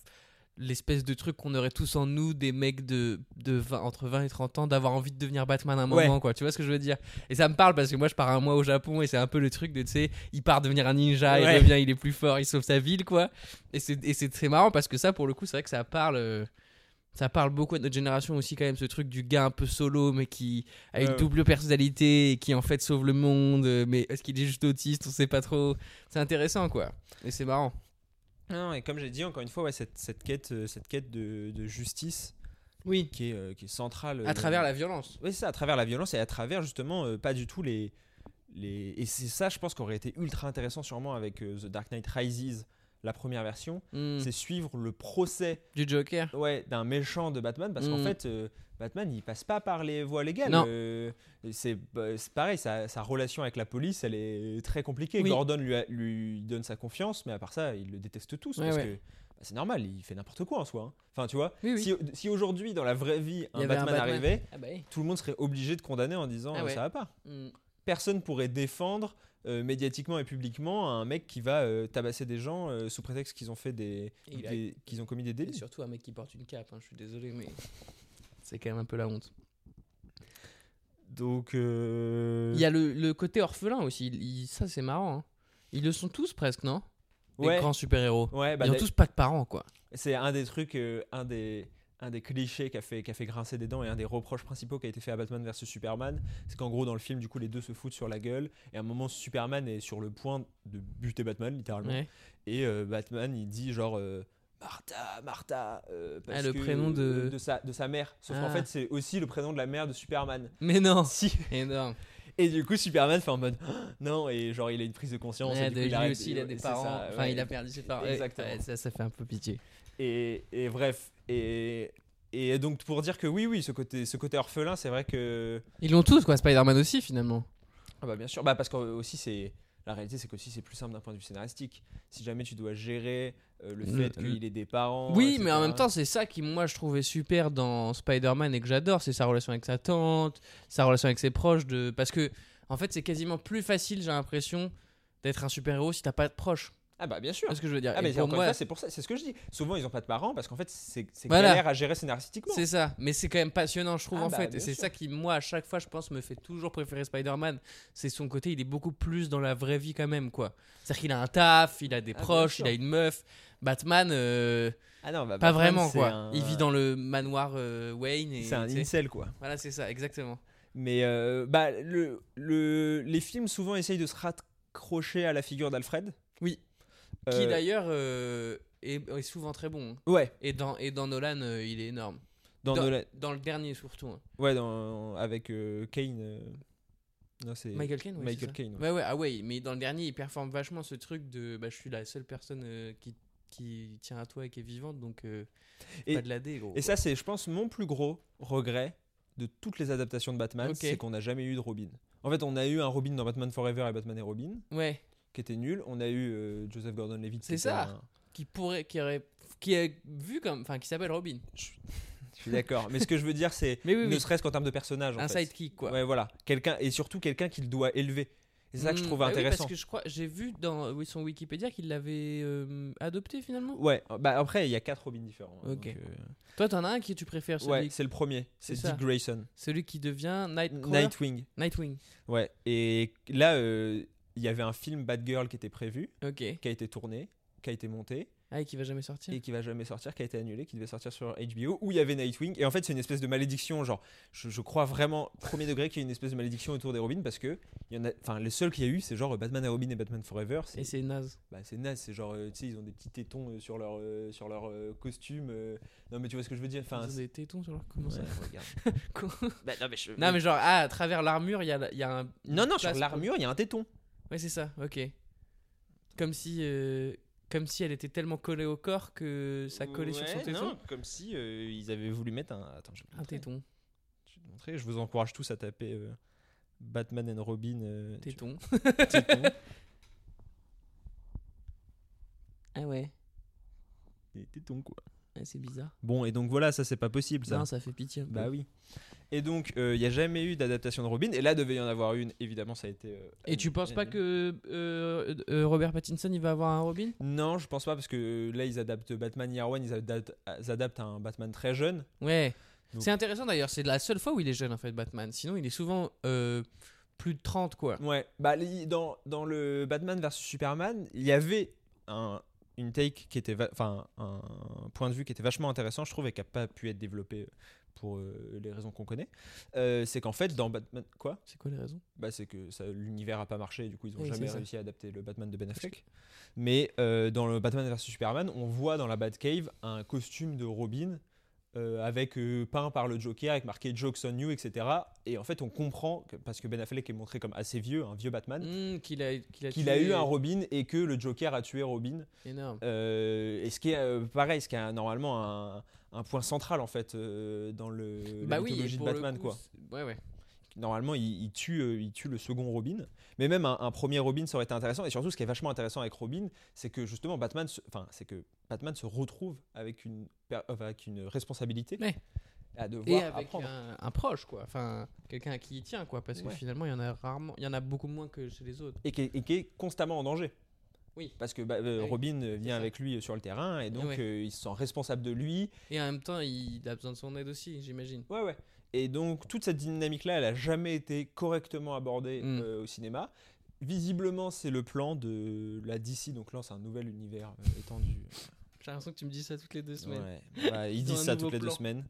S6: l'espèce de truc qu'on aurait tous en nous, des mecs de, de 20 entre 20 et 30 ans, d'avoir envie de devenir Batman à un
S5: Ouais.
S6: moment, quoi. Tu vois ce que je veux dire Et ça me parle parce que moi, je pars un mois au Japon et c'est un peu le truc de, tu sais, il part devenir un ninja,
S5: Ouais.
S6: il revient, il est plus fort, il sauve sa ville, quoi. Et c'est, et c'est très marrant parce que ça, pour le coup, c'est vrai que ça parle. euh, Ça parle beaucoup à notre génération aussi quand même ce truc du gars un peu solo mais qui a une
S5: Ouais.
S6: double personnalité et qui en fait sauve le monde euh, mais est-ce qu'il est juste autiste on sait pas trop c'est intéressant quoi et c'est marrant
S5: Non, et comme j'ai dit, encore une fois, ouais, cette, cette quête, euh, cette quête de, de justice
S6: oui
S5: qui est, euh, qui est centrale.
S6: à
S5: euh,
S6: travers la violence
S5: Oui, c'est ça, à travers la violence et à travers justement euh, pas du tout les. les... Et c'est ça, je pense, qu'aurait été ultra intéressant sûrement avec euh, The Dark Knight Rises, la première version.
S6: Mm.
S5: C'est suivre le procès
S6: du Joker
S5: ouais, d'un méchant de Batman parce qu'en
S6: Mm.
S5: fait, euh, Batman il passe pas par les voies légales.
S6: Non.
S5: Euh, c'est bah, c'est pareil, sa, sa relation avec la police elle est très compliquée.
S6: Oui.
S5: Gordon lui, a- lui donne sa confiance, mais à part ça, il le déteste tous
S6: Ouais,
S5: parce
S6: ouais.
S5: que. bah, C'est normal, il fait n'importe quoi en soi. hein. Enfin, tu vois,
S6: Oui, oui.
S5: si, si aujourd'hui dans la vraie vie
S6: Il
S5: un
S6: y avait un
S5: Batman,
S6: Batman.
S5: arrivait,
S6: ah bah oui
S5: tout le monde serait obligé de condamner en disant
S6: Ah
S5: euh,
S6: ouais.
S5: ça va pas.
S6: Mm.
S5: Personne pourrait défendre euh, médiatiquement et publiquement un mec qui va euh, tabasser des gens euh, sous prétexte qu'ils ont fait des,
S6: Et il a-
S5: des- qu'ils ont commis des
S6: Et
S5: délits.
S6: surtout un mec qui porte une cape, hein, je suis désolé, mais c'est quand même un peu la honte.
S5: Donc euh,
S6: Il y a le, le côté orphelin aussi, il- il- ça c'est marrant. hein. Ils le sont tous presque, non Les
S5: ouais,
S6: grands super-héros.
S5: ouais, bah,
S6: Ils ont
S5: d'a-
S6: tous pas de parents, quoi.
S5: c'est un des trucs, euh, un des un des clichés qui a, fait, qui a fait grincer des dents et un des reproches principaux qui a été fait à Batman vs Superman, c'est qu'en gros dans le film du coup les deux se foutent sur la gueule et à un moment Superman est sur le point de buter Batman littéralement
S6: Ouais.
S5: Et euh, Batman, il dit genre euh, Martha, Martha, euh, parce
S6: Ah, le
S5: que-
S6: prénom de-
S5: sa, de sa mère. Sauf
S6: Ah.
S5: qu'en fait, c'est aussi le prénom de la mère de Superman.
S6: Mais non
S5: Si.
S6: Énorme.
S5: Et du coup, Superman fait en mode Ah, non, et genre il a une prise de conscience.
S6: Ouais,
S5: et du
S6: de-
S5: coup, il
S6: lui
S5: arrête-
S6: aussi, il a des
S5: c'est
S6: parents.
S5: ça,
S6: enfin,
S5: ouais.
S6: il a perdu ses parents. Ouais,
S5: Exactement.
S6: ouais, ça, ça fait un peu pitié.
S5: Et, et bref, et, et donc pour dire que oui, oui, ce côté, ce côté orphelin, c'est vrai que.
S6: Ils l'ont tous, quoi. Spider-Man aussi, finalement.
S5: Ah bah bien sûr, bah parce que euh, aussi c'est la réalité, c'est qu'aussi c'est plus simple d'un point de vue scénaristique. Si jamais tu dois gérer euh, le
S6: Le-
S5: fait qu'il ait des parents.
S6: Oui, mais en
S5: etc.
S6: même temps, c'est ça qui, moi, je trouvais super dans Spider-Man et que j'adore. C'est sa relation avec sa tante, sa relation avec ses proches. De... Parce que, en fait, c'est quasiment plus facile, j'ai l'impression, d'être un super-héros si t'as pas de proches.
S5: Ah bah bien
S6: Tu
S5: sûr.
S6: vois ce que je veux dire
S5: Ah
S6: Et
S5: mais
S6: euh, pour
S5: encore une
S6: moi,
S5: fois, c'est pour ça, c'est ce que je dis. Souvent ils n'ont pas de parents parce qu'en fait c'est c'est
S6: Voilà.
S5: galère à gérer scénaristiquement.
S6: c'est ça. Mais c'est quand même passionnant, je trouve,
S5: Ah
S6: en
S5: bah,
S6: fait.
S5: bien
S6: Et c'est
S5: sûr.
S6: ça qui, moi, à chaque fois, je pense, me fait toujours préférer Spider-Man. C'est son côté, il est beaucoup plus dans la vraie vie, quand même, quoi. C'est-à-dire qu'il a un taf, il a des
S5: Ah, bien
S6: proches, il
S5: sûr.
S6: a une meuf. Batman, euh,
S5: Ah non, bah,
S6: pas
S5: Batman,
S6: vraiment,
S5: c'est
S6: quoi.
S5: un-
S6: Il vit dans le manoir euh, Wayne. et,
S5: c'est un
S6: tu sais,
S5: incel quoi.
S6: Voilà, c'est ça, exactement.
S5: Mais euh, bah le, le les films souvent essayent de se raccrocher à la figure d'Alfred.
S6: Oui. Qui
S5: Euh,
S6: d'ailleurs euh, est, est souvent très bon. hein.
S5: Ouais,
S6: Et dans, et dans Nolan, euh, il est énorme.
S5: dans, Nolan-
S6: dans le dernier surtout. hein.
S5: ouais dans avec euh, Kane. euh, Non c'est
S6: Michael Caine, ouais,
S5: Michael
S6: c'est ça.
S5: Caine, ouais.
S6: Ouais, ouais, ah ouais, mais dans le dernier, il performe vachement ce truc de bah, je suis la seule personne euh, qui, qui tient à toi et qui est vivante, donc euh,
S5: Et-
S6: pas de la D, gros.
S5: Et ça c'est je pense mon plus gros regret de toutes les adaptations de Batman,
S6: Ok.
S5: c'est qu'on n'a jamais eu de Robin. En fait, on a eu un Robin dans Batman Forever et Batman et Robin
S6: Ouais,
S5: qui était nul, on a eu euh, Joseph Gordon-Levitt qui
S6: C'est
S5: était
S6: ça.
S5: un-
S6: qui pourrait, qui aurait, qui est vu comme, enfin, qui s'appelle Robin.
S5: Je suis d'accord. Mais ce que je veux dire, c'est
S6: Mais
S5: ne
S6: oui, oui.
S5: serait-ce qu'en termes de personnage. en
S6: Un
S5: fait.
S6: sidekick, quoi.
S5: Ouais, voilà. Quelqu'un et surtout quelqu'un qu'il doit élever. C'est ça que je
S6: Hmm,
S5: trouve
S6: bah oui,
S5: intéressant.
S6: parce que je crois, j'ai vu dans euh, son Wikipédia qu'il l'avait euh, adopté finalement.
S5: Ouais. Bah après, il y a quatre Robins différents. hein,
S6: Ok.
S5: donc, euh,
S6: Toi, t'en as un qui tu préfères, celui,
S5: Ouais, c'est le premier. C'est
S6: C'est ça.
S5: Dick Grayson.
S6: celui qui devient Nightcrawler.
S5: Nightwing.
S6: Nightwing.
S5: Ouais. Et là, euh, il y avait un film Bad Girl qui était prévu,
S6: Ok.
S5: qui a été tourné, qui a été monté
S6: Ah, et qui va jamais sortir.
S5: et qui va jamais sortir, qui a été annulé, qui devait sortir sur HBO où il y avait Nightwing. Et en fait, c'est une espèce de malédiction. Genre, je, je crois vraiment premier degré qu'il y a une espèce de malédiction autour des Robins parce que il y en a. Enfin, les seuls qu'il y a eu, c'est genre euh, Batman à Robin et Batman Forever.
S6: Et c'est naze.
S5: bah, c'est naze, c'est genre, euh, tu sais, ils ont des petits tétons euh, sur leur, euh, sur leur euh, costume. euh, Non, mais tu vois ce que je veux dire enfin,
S6: Ils ont
S5: c'est-
S6: des tétons sur leur comment ça
S5: Ouais, regarde.
S6: Quoi
S5: Bah, non, mais je-
S6: Non mais genre ah à travers l'armure il y a la- il y a un
S5: non, non, sur
S6: place-
S5: l'armure, il y a un téton.
S6: Ouais c'est ça. OK. Comme si euh, comme si elle était tellement collée au corps que ça collait sur son
S5: Ouais,
S6: téton.
S5: non, comme si euh, ils avaient voulu mettre un. Attends, je vais te
S6: Un
S5: montrer.
S6: téton,
S5: Je vais te montrer. Je vous encourage tous à taper euh, Batman and Robin. euh,
S6: téton.
S5: tu- téton.
S6: Ah ouais,
S5: Des tétons, quoi.
S6: Ah, c'est bizarre.
S5: Bon, et donc voilà, ça c'est pas possible, ça.
S6: Non, ça fait pitié. un peu.
S5: Bah oui. Et donc, euh, il n'y a jamais eu d'adaptation de Robin. Et là, devait y en avoir une. Évidemment, ça a été. euh,
S6: Et tu
S5: annulé.
S6: penses pas que euh, euh, Robert Pattinson il va avoir un Robin
S5: Non, je pense pas, parce que euh, là, ils adaptent Batman Year One, ils adaptent, euh, ils adaptent à un Batman très jeune.
S6: Ouais.
S5: Donc-
S6: C'est intéressant d'ailleurs, c'est la seule fois où il est jeune en fait, Batman. Sinon, il est souvent euh, plus de 30 quoi.
S5: Ouais. Bah, les- dans, dans le Batman vs Superman, il y avait un, une take qui était. va- Enfin, un point de vue qui était vachement intéressant, je trouve, et qui n'a pas pu être développé pour euh, les raisons qu'on connaît. Euh, c'est qu'en fait, dans Batman. Quoi
S6: C'est quoi les raisons
S5: bah, c'est que ça- l'univers a pas marché, du coup ils ont
S6: Oui,
S5: jamais
S6: c'est ça.
S5: réussi à adapter le Batman de Ben Affleck. Mais euh, dans le Batman vs Superman, on voit dans la Batcave un costume de Robin euh, avec euh, peint par le Joker, avec marqué Jokes on you, etc. Et en fait on comprend que- parce que Ben Affleck est montré comme assez vieux, un vieux Batman.
S6: Hmm, Qu'il a, qu'il a,
S5: Qu'il a eu
S6: tué-
S5: un Robin et que le Joker a tué Robin.
S6: Énorme.
S5: Euh, et ce qui est euh, pareil, ce qui est normalement un, un point central en fait euh, dans le la
S6: bah oui, et
S5: mythologie
S6: pour
S5: de
S6: le
S5: Batman
S6: coup,
S5: quoi
S6: c'est- Ouais, ouais.
S5: normalement il, il tue, euh, il tue le second Robin mais même un, un premier Robin ça aurait été intéressant et surtout ce qui est vachement intéressant avec Robin c'est que justement Batman se- enfin c'est que Batman se retrouve avec une per- euh, avec une responsabilité
S6: Ouais.
S5: à devoir
S6: Et avec
S5: apprendre
S6: un, un proche quoi, enfin quelqu'un à qui il tient quoi, parce que
S5: Ouais.
S6: finalement il y en a rarement, il y en a beaucoup moins que chez les autres.
S5: et qui, est- et qui est constamment en danger
S6: Oui.
S5: parce que bah, euh,
S6: Ah oui,
S5: Robin vient
S6: ça.
S5: avec lui sur le terrain et donc
S6: Ouais.
S5: euh, il se sent responsable de lui
S6: Et en même temps, il a besoin de son aide aussi, j'imagine.
S5: Ouais, ouais. Et donc, toute cette dynamique-là, elle a jamais été correctement abordée
S6: Mm.
S5: euh, au cinéma. Visiblement, c'est le plan de la DC, donc là, c'est un nouvel univers euh, étendu.
S6: J'ai l'impression que tu me dis ça toutes les deux semaines.
S5: Ouais. Bah, ils
S6: Ils ont
S5: disent
S6: un
S5: ça
S6: nouveau
S5: toutes les deux
S6: plan.
S5: semaines.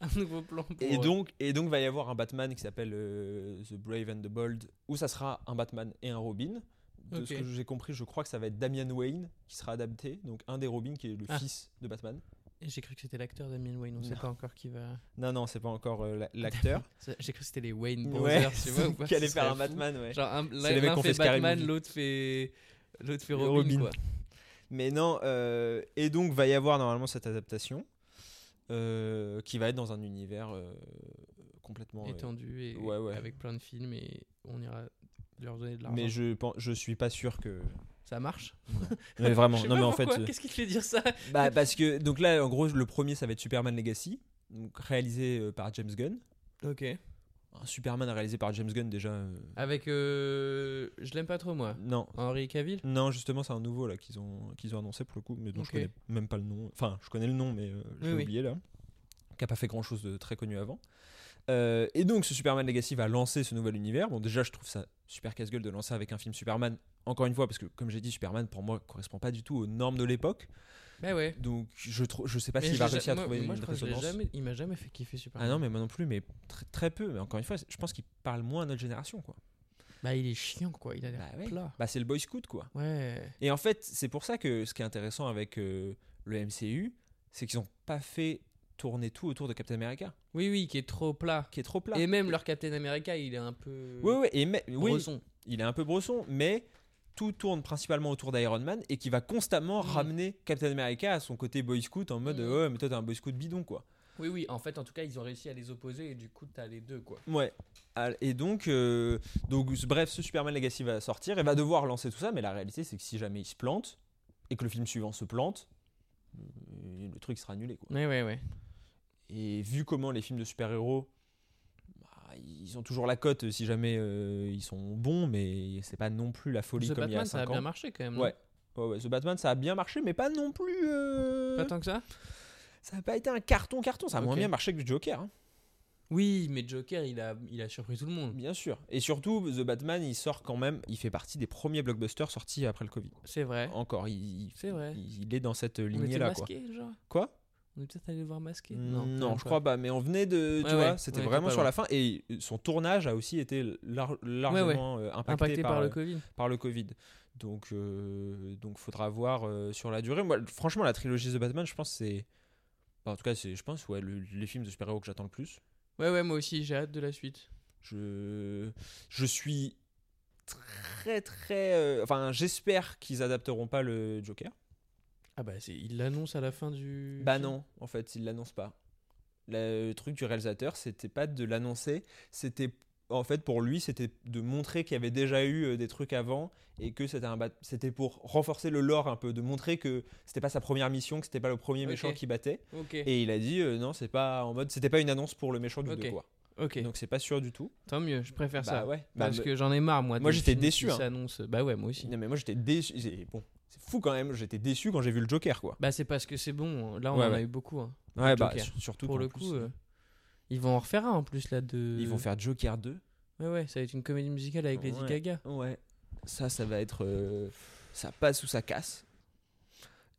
S6: Un nouveau plan pour.
S5: Et
S6: euh,
S5: donc, et donc, va y avoir un Batman qui s'appelle euh, The Brave and the Bold, où ça sera un Batman et un Robin. De ce
S6: Ok.
S5: que j'ai compris, je crois que ça va être Damian Wayne qui sera adapté, donc un des Robins qui est le
S6: Ah.
S5: fils de Batman.
S6: Et J'ai cru que c'était l'acteur Damien Wayne, on sait
S5: Non.
S6: pas encore qui va.
S5: Non, non, c'est pas encore euh, la- l'acteur.
S6: C'est- J'ai cru que c'était les Wayne
S5: ouais,
S6: Brothers, tu vois. ou pas,
S5: qui allait
S6: ce
S5: faire
S6: serait
S5: un
S6: fou.
S5: Batman, ouais.
S6: Genre, un-
S5: les mecs
S6: l'un
S5: qui ont
S6: fait
S5: fait Scary
S6: Batman,
S5: Movie.
S6: l'autre fait. L'autre fait
S5: Le
S6: Robin,
S5: Robin.
S6: quoi.
S5: Mais non, euh, et donc va y avoir normalement cette adaptation euh, qui va être dans un univers euh, complètement. euh,
S6: Étendu et
S5: Ouais, ouais.
S6: avec plein de films et on ira leur donner de l'argent.
S5: mais je pense, je suis pas sûr que.
S6: Ça marche
S5: Mais vraiment,
S6: Je sais
S5: non
S6: pas
S5: mais en fait,
S6: pourquoi,
S5: euh,
S6: Qu'est-ce qui te fait dire ça
S5: bah, parce que donc là en gros le premier ça va être Superman Legacy, donc réalisé euh, par James Gunn.
S6: Ok.
S5: Un Superman réalisé par James Gunn déjà. euh,
S6: Avec. euh, Je l'aime pas trop, moi.
S5: Non.
S6: Henri Cavill
S5: Non, justement, c'est un nouveau là qu'ils ont qu'ils ont annoncé pour le coup, mais dont
S6: Ok.
S5: je connais même pas le nom. Enfin, je connais le nom, mais euh, j'ai
S6: Oui, oui.
S5: oublié là. Qui a pas fait grand chose de très connu avant. Euh, et donc, ce Superman Legacy va lancer ce nouvel univers. Bon, déjà, je trouve ça super casse-gueule de lancer avec un film Superman. Encore une fois, parce que comme j'ai dit, Superman pour moi correspond pas du tout aux normes de l'époque.
S6: Bah ouais.
S5: Donc, je trou- je sais pas
S6: Mais
S5: s'il
S6: je
S5: va
S6: l'ai
S5: réussir à
S6: ja- moi-
S5: trouver
S6: moi,
S5: une
S6: je crois que je l'ai
S5: résonance.
S6: jamais- Il m'a jamais fait kiffer super.
S5: Ah non, mais moi non plus, mais très, très peu. Mais encore une fois, je pense qu'il parle moins à notre génération, quoi.
S6: Bah il est chiant, quoi. Il a l'air
S5: Bah ouais.
S6: plat.
S5: Bah, c'est le Boy Scout, quoi.
S6: Ouais.
S5: Et en fait, c'est pour ça que ce qui est intéressant avec euh, le MCU, c'est qu'ils n'ont pas fait tourner tout autour de Captain America,
S6: Oui, oui, qui est trop plat.
S5: qui est trop plat.
S6: Et même leur Captain America, il est un peu.
S5: Ouais, ouais, et mais- oui,
S6: Bresson.
S5: il est un peu brosson, mais tout tourne principalement autour d'Iron Man et qui va constamment
S6: Mm.
S5: ramener Captain America à son côté Boy Scout en mode
S6: Mm.
S5: ouais, mais toi t'es un Boy Scout bidon quoi.
S6: Oui, oui, en fait, en tout cas, ils ont réussi à les opposer et du coup, t'as les deux, quoi.
S5: Ouais. Ah, Et donc, euh, donc, ce- bref, ce Superman Legacy va sortir et va devoir lancer tout ça, mais la réalité c'est que si jamais il se plante et que le film suivant se plante, euh, le truc sera annulé quoi.
S6: Ouais, ouais, ouais.
S5: Et vu comment les films de super-héros, bah, ils ont toujours la cote euh, si jamais euh, ils sont bons, mais c'est pas non plus la folie
S6: The
S5: comme il y a
S6: Batman, ça a
S5: 5 ans.
S6: bien marché quand même. non
S5: Ouais. Ouais, ouais, The Batman, ça a bien marché, mais pas non plus. euh,
S6: Pas tant que ça
S5: Ça n'a pas été un carton-carton, ça a moins
S6: Ok.
S5: bien marché que Joker, hein,
S6: Oui, mais Joker, il a, il a surpris tout le monde.
S5: bien sûr. Et surtout, The Batman, il sort quand même, il fait partie des premiers blockbusters sortis après le Covid.
S6: C'est vrai.
S5: Encore, il, il-
S6: C'est vrai.
S5: il est dans cette
S6: On était
S5: lignée-là. Quoi,
S6: masqué, genre
S5: quoi Mm,
S6: On est peut-être allé le voir masqué
S5: je crois pas, mais on venait de.
S6: Ouais,
S5: tu
S6: ouais,
S5: vois, c'était
S6: on était
S5: vraiment
S6: pas
S5: sur
S6: loin.
S5: la fin, et son tournage a aussi été lar- largement euh, impacté,
S6: Impacté par,
S5: par
S6: le
S5: euh,
S6: Covid.
S5: par le Covid. Donc, euh, donc faudra voir euh, sur la durée. Moi, franchement, la trilogie The Batman, je pense que c'est. enfin, en tout cas, c'est, je pense, ouais, le- les films de super-héros que j'attends le plus.
S6: Ouais, ouais, moi aussi, j'ai hâte de la suite.
S5: Je, je suis très, très. euh, Enfin, j'espère qu'ils adapteront pas le Joker.
S6: Ah bah, c'est- il l'annonce à la fin du.
S5: Bah
S6: film.
S5: non, en fait, ils l'annoncent pas. Le truc du réalisateur, c'était pas de l'annoncer, c'était en fait, pour lui, c'était de montrer qu'il y avait déjà eu euh, des trucs avant et que c'était un bat- c'était pour renforcer le lore un peu, de montrer que c'était pas sa première mission, que c'était pas le premier
S6: Ok.
S5: méchant qui battait.
S6: Ok.
S5: Et il a dit euh, non, c'est pas en mode, c'était pas une annonce pour le méchant du
S6: Ok.
S5: de quoi.
S6: ok.
S5: Donc c'est pas sûr du tout.
S6: Tant mieux. Je préfère
S5: Bah
S6: ça.
S5: ouais.
S6: Parce
S5: Bah,
S6: que j'en ai marre, moi.
S5: moi,
S6: des
S5: j'étais
S6: films
S5: déçu,
S6: qui
S5: hein.
S6: s'annoncent. Bah ouais, moi aussi.
S5: Non mais moi j'étais déçu. j'ai- Bon, c'est fou quand même. J'étais déçu quand j'ai vu le Joker quoi.
S6: Bah c'est parce que c'est bon. Là, on
S5: Ouais,
S6: en a
S5: ouais.
S6: eu beaucoup. hein.
S5: Ouais bah
S6: Joker.
S5: sur- surtout
S6: Pour
S5: qu'en
S6: le
S5: plus,
S6: coup, euh, ils vont en refaire un en plus là de.
S5: ils vont faire Joker 2.
S6: Ouais ouais, ça va être une comédie musicale avec Lady
S5: Ouais.
S6: Gaga.
S5: Ouais. Ça ça va être euh, ça passe ou ça casse.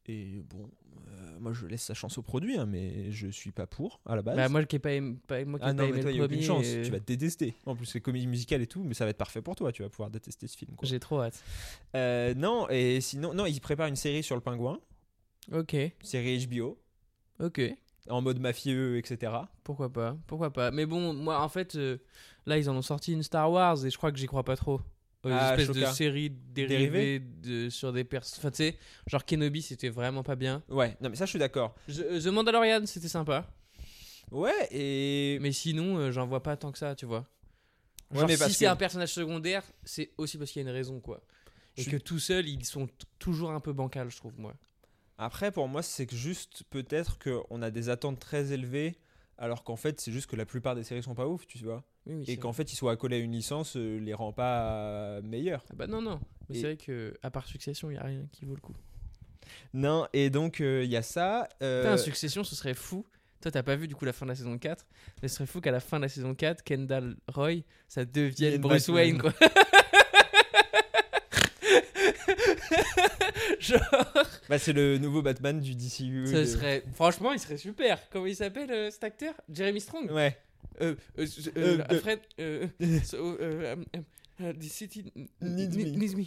S5: Et bon, euh, moi je laisse sa chance au produit, hein, mais je suis pas pour à la base.
S6: Bah moi qui ai pas aimé, pas- moi qui ai
S5: ah
S6: pas
S5: non mais
S6: aimé
S5: toi
S6: le
S5: y a aucune
S6: premier,
S5: chance,
S6: euh,
S5: tu vas détester. En plus c'est comédie musicale et tout, mais ça va être parfait pour toi. Tu vas pouvoir détester ce film. Quoi.
S6: J'ai trop hâte.
S5: Euh, non et sinon non ils préparent une série sur le pingouin,
S6: Ok,
S5: série HBO
S6: ok.
S5: en mode mafieux etc.
S6: Pourquoi pas, pourquoi pas. Mais bon, moi en fait, euh, là ils en ont sorti une Star Wars et je crois que j'y crois pas trop. Euh, Une
S5: Ah,
S6: espèce de
S5: Ashoka.
S6: série dérivée de, sur des personnes. Enfin, tu sais, genre Kenobi c'était vraiment pas bien.
S5: Ouais non mais ça je suis d'accord.
S6: Je- euh, The Mandalorian c'était sympa.
S5: Ouais, et.
S6: Mais sinon, euh, j'en vois pas tant que ça, tu vois.
S5: Ouais,
S6: Genre,
S5: mais
S6: si
S5: parce
S6: c'est
S5: que-
S6: un personnage secondaire, c'est aussi parce qu'il y a une raison, quoi. Et
S5: Je-
S6: que tout seul, ils sont t- toujours un peu bancals, je trouve, moi.
S5: Après, pour moi, c'est que juste peut-être qu'on a des attentes très élevées, alors qu'en fait, c'est juste que la plupart des séries sont pas ouf, tu vois.
S6: Oui, oui, c'est
S5: Et qu'en fait, ils soient accolés à une licence, euh, les rend pas euh, meilleurs.
S6: Ah bah non, non. Mais
S5: Et-
S6: c'est vrai que à part Succession, il n'y a rien qui vaut le coup.
S5: Non, et donc, euh, il y a ça. euh,
S6: Putain, Succession, ce serait fou. Toi, t'as pas vu du coup la fin de la saison 4, mais ce serait fou qu'à la fin de la saison 4, Kendall Roy, ça devienne
S5: Ian
S6: Bruce
S5: Batman.
S6: Wayne, quoi. Genre,
S5: bah, c'est le nouveau Batman du DCU.
S6: ce
S5: de-
S6: serait. Franchement, il serait super. Comment il s'appelle euh, cet acteur Jeremy Strong
S5: Ouais.
S6: Euh, euh, euh,
S5: de-
S6: Fred, euh, so, euh, um, um, uh, the city n-
S5: Needs
S6: ne-
S5: me.
S6: needs me.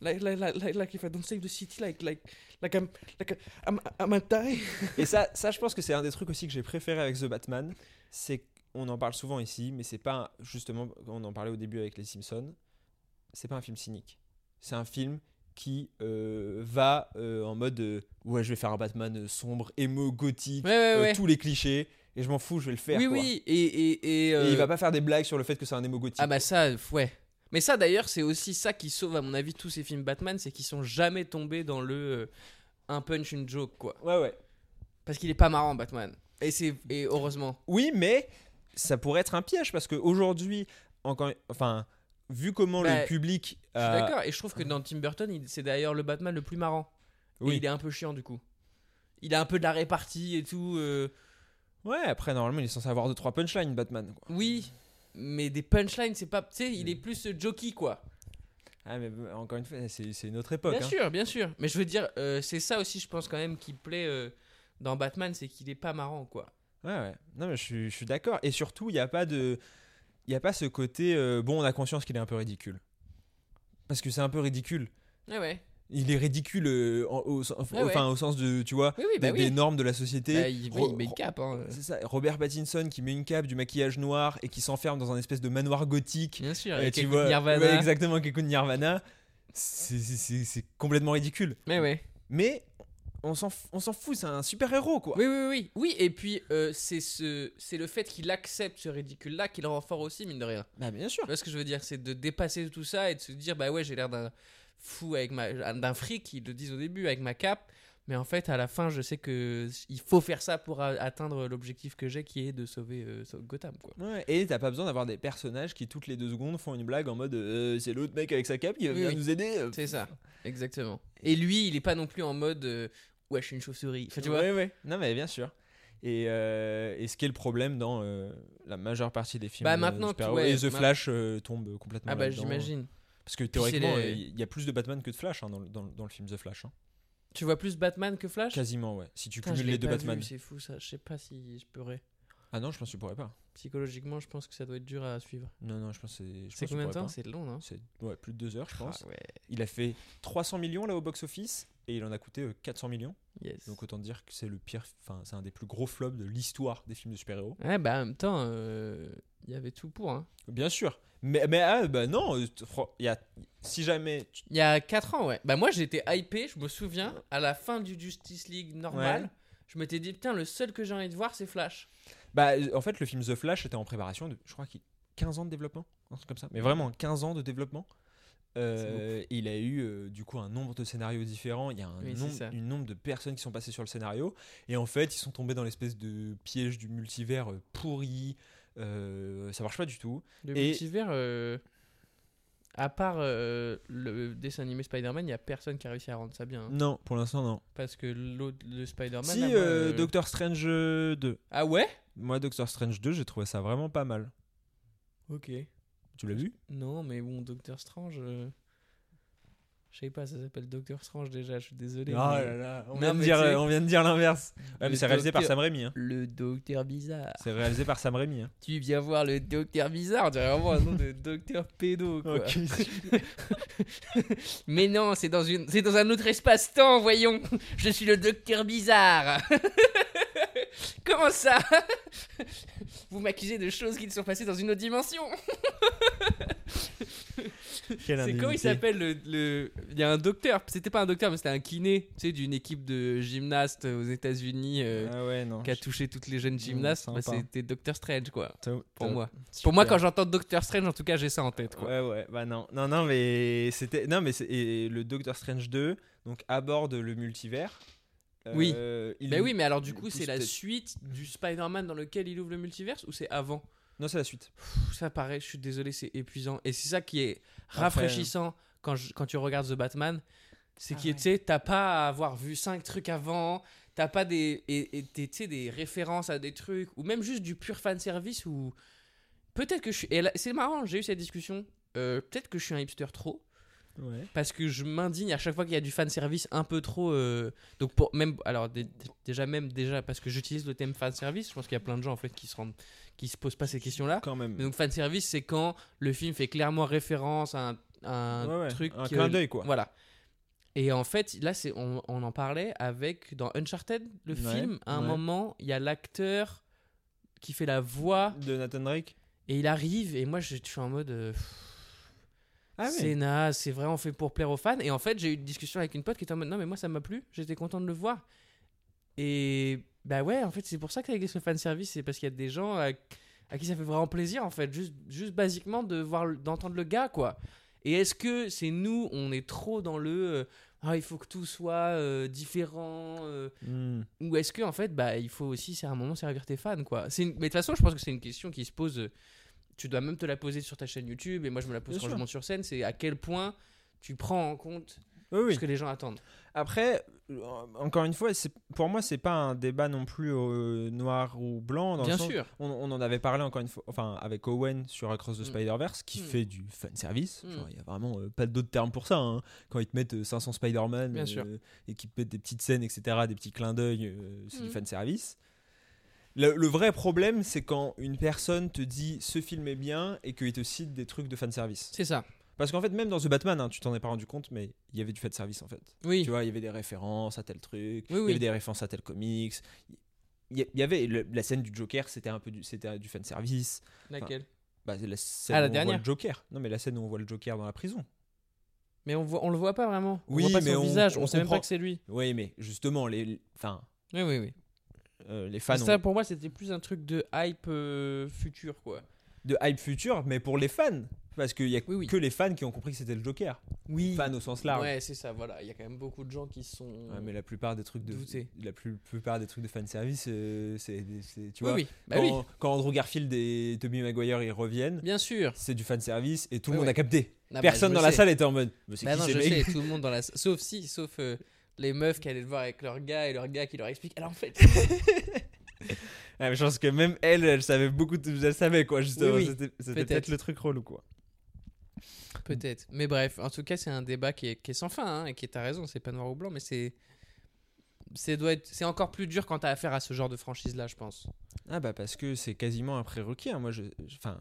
S6: Like, like, like, like if I don't save the city, like, like, like I'm, like I'm, I'm a die.
S5: Et ça, ça, je pense que c'est un des trucs aussi que j'ai préféré avec The Batman. C'est qu'on en parle souvent ici, mais c'est pas. un- Justement, on en parlait au début avec Les Simpsons. C'est pas un film cynique. C'est un film qui euh, va euh, en mode euh, Ouais, je vais faire un Batman euh, sombre, émo, gothique,
S6: Ouais, ouais,
S5: euh,
S6: ouais.
S5: tous les clichés, et je m'en fous, je vais le faire.
S6: oui,
S5: quoi.
S6: oui, et, et, et,
S5: Et
S6: euh,
S5: il va pas faire des blagues sur le fait que c'est un émo gothique.
S6: Ah bah ça, f- ouais. Mais ça d'ailleurs, c'est aussi ça qui sauve à mon avis tous ces films Batman, c'est qu'ils sont jamais tombés dans le euh, un punch une joke quoi.
S5: Ouais, ouais.
S6: Parce qu'il est pas marrant Batman. Et c'est et heureusement.
S5: Oui, mais ça pourrait être un piège parce qu'aujourd'hui, encore. Enfin, vu comment
S6: Bah,
S5: le public.
S6: Je suis
S5: a-
S6: d'accord. Et je trouve que dans Tim Burton, il- c'est d'ailleurs le Batman le plus marrant.
S5: Oui.
S6: Et il est un peu chiant du coup. Il a un peu de la répartie et tout. euh,
S5: Ouais, après, normalement, il est censé avoir 2-3 punchlines, Batman. Quoi.
S6: Oui, mais des punchlines, c'est pas. Tu sais,
S5: Mm.
S6: il est plus euh, jokey quoi.
S5: Ah, mais euh, encore une fois, c'est c'est une autre époque.
S6: Bien
S5: hein.
S6: sûr, bien sûr. Mais je veux dire, euh, c'est ça aussi, je pense quand même, qui plaît euh, dans Batman, c'est qu'il est pas marrant quoi.
S5: Ouais, ouais. Non, mais je suis, je suis d'accord. Et surtout, il n'y a pas de. Il n'y a pas ce côté. euh, bon, on a conscience qu'il est un peu ridicule. Parce que c'est un peu ridicule.
S6: Ouais ouais.
S5: Il est ridicule euh, en- au, sen-
S6: Ah ouais.
S5: enfin, au sens de. Tu vois,
S6: Oui oui bah
S5: des,
S6: oui.
S5: des normes de la société.
S6: Bah, il,
S5: Ro-
S6: il met le cap. Hein.
S5: c'est ça, Robert Pattinson qui met une cape, du maquillage noir et qui s'enferme dans un espèce de manoir gothique.
S6: Bien sûr,
S5: euh,
S6: avec
S5: tu
S6: écoute
S5: vois,
S6: Nirvana.
S5: ouais, exactement, qui écoute Nirvana. C'est- C'est c'est- c'est complètement ridicule.
S6: Mais ouais.
S5: Mais on s'en, f- on s'en fout, c'est un super héros quoi.
S6: Oui, oui, oui. Oui, et puis euh, c'est ce, c'est le fait qu'il accepte ce ridicule-là qui le rend fort aussi, mine de rien.
S5: Bah bien sûr.
S6: Tu vois ce que je veux dire C'est de dépasser tout ça et de se dire, bah ouais, j'ai l'air d'un fou avec ma, d'un fric, ils le disent au début, avec ma cape. Mais en fait, à la fin, je sais que il faut faire ça pour a- atteindre l'objectif que j'ai, qui est de sauver euh, sauve Gotham, quoi.
S5: Ouais, et t'as pas besoin d'avoir des personnages qui toutes les deux secondes font une blague en mode euh, c'est l'autre mec avec sa cape qui va
S6: Oui,
S5: venir
S6: oui.
S5: nous aider. euh.
S6: C'est ça, exactement. Et lui, il est pas non plus en mode, euh, ouais, je suis une chauve-souris. Enfin, tu vois.
S5: Ouais, ouais. Non mais bien sûr. Et, euh, et ce qui est le problème dans euh, la majeure partie des films.
S6: Bah,
S5: euh,
S6: maintenant,
S5: de super-héros.
S6: ouais,
S5: et The
S6: ma-
S5: Flash euh, tombe complètement.
S6: Ah bah
S5: là-dedans.
S6: j'imagine.
S5: Parce que
S6: Puis c'est
S5: théoriquement,
S6: les-
S5: il y a plus de Batman que de Flash hein, dans, le- dans le- dans le film The Flash. hein.
S6: Tu vois plus Batman que Flash
S5: Quasiment, ouais. Si tu
S6: Putain, je
S5: cumules
S6: l'ai
S5: les deux
S6: pas
S5: Batman.
S6: vu, C'est fou ça, je sais pas si je pourrais.
S5: ah non, je pense que tu pourrais pas.
S6: Psychologiquement, je pense que ça doit être dur à suivre.
S5: Non, non, je pense que c'est. je
S6: C'est
S5: pense que tu
S6: combien de
S5: pourrais
S6: temps
S5: pas.
S6: C'est long, non
S5: C'est ouais, plus de deux heures, je pense.
S6: Ah ouais,
S5: Il a fait 300 millions là au box-office et il en a coûté euh, 400 millions.
S6: yes.
S5: Donc autant dire que c'est le pire, enfin c'est un des plus gros flops de l'histoire des films de super-héros.
S6: Ouais, bah en même temps, euh, il y avait tout pour. hein.
S5: Bien sûr. Mais, mais ah, bah non, euh, t- fro- il y a, si jamais... tu-
S6: Il y a 4 ans, ouais. Bah moi j'étais hypé, je me souviens, à la fin du Justice League normal,
S5: Ouais.
S6: je m'étais dit, putain, le seul que j'ai envie de voir, c'est Flash.
S5: Bah euh, en fait le film The Flash était en préparation, de, je crois qu'il 15 ans de développement, un truc comme ça. Mais vraiment 15 ans de développement. Euh, il a eu euh, du coup un nombre de scénarios différents. Il y a un
S6: Oui, c'est
S5: nombre,
S6: ça.
S5: une nombre de personnes qui sont passées sur le scénario. Et en fait, ils sont tombés dans l'espèce de piège du multivers euh, pourri. Euh, ça marche pas du tout.
S6: Le
S5: Et-
S6: multivers, euh, à part euh, le dessin animé Spider-Man, il n'y a personne qui a réussi à rendre ça bien. hein.
S5: Non, pour l'instant, non.
S6: Parce que l'autre, le Spider-Man.
S5: Mm. Si,
S6: là, moi,
S5: euh,
S6: euh,
S5: Doctor Strange euh, 2.
S6: Ah ouais
S5: Moi, Doctor Strange 2, j'ai trouvé ça vraiment pas mal.
S6: Ok.
S5: Tu l'as vu
S6: Non, mais bon, Docteur Strange. euh, Je sais pas, ça s'appelle Docteur Strange déjà, je suis désolé. mais-
S5: Ah, là, on,
S6: Non,
S5: vient de
S6: mais
S5: dire,
S6: tu sais-
S5: euh, on vient de dire l'inverse. Ouais,
S6: Le
S5: mais c'est réalisé par
S6: Docteur-
S5: Sam Raimi. hein.
S6: Le Docteur Bizarre.
S5: C'est réalisé par Sam Raimi. hein.
S6: Tu viens voir le Docteur Bizarre, on dirait vraiment un nom de Docteur Pédo, quoi.
S5: Ok.
S6: Mais non, c'est dans, une... c'est dans un autre espace-temps, voyons. Je suis le docteur bizarre. Comment ça Vous m'accusez de choses qui ne sont passées dans une autre dimension.
S5: Quel
S6: C'est comment
S5: indignité.
S6: il s'appelle le, le- Il y a un docteur, c'était pas un docteur, mais c'était un kiné, tu sais, d'une équipe de gymnastes aux États-Unis euh,
S5: Ah ouais, non.
S6: qui a touché toutes les jeunes gymnastes.
S5: sympa.
S6: Bah, c'était Docteur Strange, quoi.
S5: T'as-
S6: Pour
S5: t'as-
S6: moi.
S5: Euh, super.
S6: Pour moi, quand j'entends Docteur Strange, en tout cas, j'ai ça en tête, quoi.
S5: Ouais, ouais, bah non. Non, non, mais c'était. Non, mais c'est- et le Doctor Strange 2 donc, aborde le multivers. Euh,
S6: Oui.
S5: il-
S6: Mais Ben oui, mais alors du
S5: il
S6: coup,
S5: pousse
S6: c'est la
S5: peut-être-
S6: suite du Spider-Man dans lequel il ouvre le multiverse ou c'est avant
S5: Non, c'est la suite.
S6: Pff, Ça paraît, je suis désolé, c'est épuisant. Et c'est ça qui est
S5: Après-
S6: rafraîchissant quand, je- quand tu regardes The Batman. C'est
S5: Ah
S6: que,
S5: ouais.
S6: tu sais, t'as pas à avoir vu cinq trucs avant, t'as pas des, et, et t'es- tu sais, des références à des trucs, ou même juste du pur fanservice ou... Peut-être que je suis... Et là, c'est marrant, j'ai eu cette discussion. Euh, Peut-être que je suis un hipster trop,
S5: Ouais.
S6: parce que je m'indigne à chaque fois qu'il y a du fan service un peu trop euh, donc pour même alors dé- déjà même déjà parce que j'utilise le thème fan service je pense qu'il y a plein de gens en fait qui se rendent qui se posent pas ces questions là
S5: Quand même.
S6: mais donc fan service c'est quand le film fait clairement référence à un, à un
S5: Ouais, ouais,
S6: truc
S5: un
S6: que-
S5: clin d'œil, quoi.
S6: voilà et en fait là c'est on, on en parlait avec dans Uncharted le
S5: Ouais,
S6: film à un
S5: ouais.
S6: moment il y a l'acteur qui fait la voix
S5: De Nathan Drake.
S6: et il arrive et moi je, je suis en mode euh,
S5: Ah oui.
S6: c'est naze, c'est vraiment fait pour plaire aux fans. Et en fait, j'ai eu une discussion avec une pote qui était en mode non, mais moi ça m'a plu, j'étais content de le voir. Et bah ouais, en fait, c'est pour ça que ça existe le fanservice, c'est parce qu'il y a des gens à, à qui ça fait vraiment plaisir en fait, juste, juste basiquement de voir, le- d'entendre le gars quoi. Et est-ce que c'est nous, on est trop dans le euh, ah, il faut que tout soit euh, différent euh,
S5: Hmm.
S6: ou est-ce que en fait bah il faut aussi c'est un moment servir tes fans quoi. C'est une- mais de toute façon je pense que c'est une question qui se pose. euh, Tu dois même te la poser sur ta chaîne YouTube et moi je me la pose
S5: Bien
S6: quand
S5: sûr.
S6: je monte sur scène. C'est à quel point tu prends en compte
S5: Oui, oui.
S6: ce que les gens attendent.
S5: Après, euh, encore une fois, c'est- pour moi, c'est pas un débat non plus euh, noir ou blanc. Dans le
S6: Bien
S5: sens-
S6: sûr.
S5: On, on en avait parlé encore une fois, enfin, avec Owen sur Across the
S6: Mm.
S5: Spider-Verse, qui
S6: Mm.
S5: fait du fanservice.
S6: Mm.
S5: Genre, Il y a vraiment euh, pas d'autre terme pour ça. hein. Quand ils te mettent euh, 500 Spider-Man euh,
S6: Bien sûr.
S5: et qu'ils te mettent des petites scènes, etc., des petits clins d'œil, euh, c'est du
S6: Mm.
S5: fanservice. Le, le vrai problème, c'est quand une personne te dit ce film est bien et qu'il te cite des trucs de fanservice.
S6: C'est ça.
S5: Parce qu'en fait, même dans The Batman, hein, tu t'en es pas rendu compte, mais il y avait du fanservice en fait.
S6: Oui.
S5: Tu vois, il y avait des références à tel truc, il
S6: Oui,
S5: y
S6: oui.
S5: avait des références à tel comics. Il y- il y avait le- la scène du Joker, c'était un peu du, c'était du fan service.
S6: Laquelle
S5: Bah, c'est la scène
S6: Ah, la
S5: où on voit
S6: dernière.
S5: le Joker. Non, mais la scène où on voit le Joker dans la prison.
S6: Mais on voit, on le voit pas vraiment. On
S5: Oui,
S6: voit pas
S5: mais
S6: son
S5: on-
S6: visage. On,
S5: on
S6: sait même
S5: comprend.
S6: pas que c'est lui.
S5: Oui, mais justement, les, les- enfin,
S6: Oui oui oui.
S5: euh, les fans
S6: ça
S5: ont-
S6: pour moi c'était plus un truc de hype euh, futur quoi.
S5: de hype futur, mais pour les fans, parce qu'il y a
S6: Oui, oui.
S5: que les fans qui ont compris que c'était le Joker.
S6: Oui.
S5: Fans au sens large.
S6: Ouais c'est ça voilà. Il y a quand même beaucoup de gens qui sont.
S5: Ouais, mais la plupart des trucs de
S6: Douter.
S5: la plus- plupart des trucs de fan service, euh, c'est, c'est- tu
S6: oui
S5: vois,
S6: oui. Bah
S5: quand,
S6: oui.
S5: quand Andrew Garfield et Tobey Maguire ils reviennent.
S6: Bien sûr.
S5: c'est du fan service et tout
S6: Ouais,
S5: le monde
S6: ouais.
S5: a capté.
S6: Ah bah,
S5: Personne
S6: je
S5: dans
S6: le
S5: la
S6: sais.
S5: salle était en mode Mais c'est
S6: Bah
S5: qui
S6: non,
S5: ces
S6: je
S5: mecs
S6: sais, tout le monde dans la sauf si, sauf euh, les meufs qui allaient le voir avec leur gars et leur gars qui leur explique. Alors en fait,
S5: Ah, mais Je pense que même elle, elle savait beaucoup, de... elle savait quoi, justement.
S6: Oui, oui,
S5: C'était c'était
S6: peut-être.
S5: peut-être le truc relou quoi.
S6: peut-être. Mais bref, en tout cas, c'est un débat qui est, qui est sans fin hein, et qui est à raison. C'est pas noir ou blanc, mais c'est c'est doit être c'est encore plus dur quand t'as affaire à ce genre de franchise là, je pense.
S5: Ah bah parce que c'est quasiment un prérequis. hein. Moi, je, je- enfin,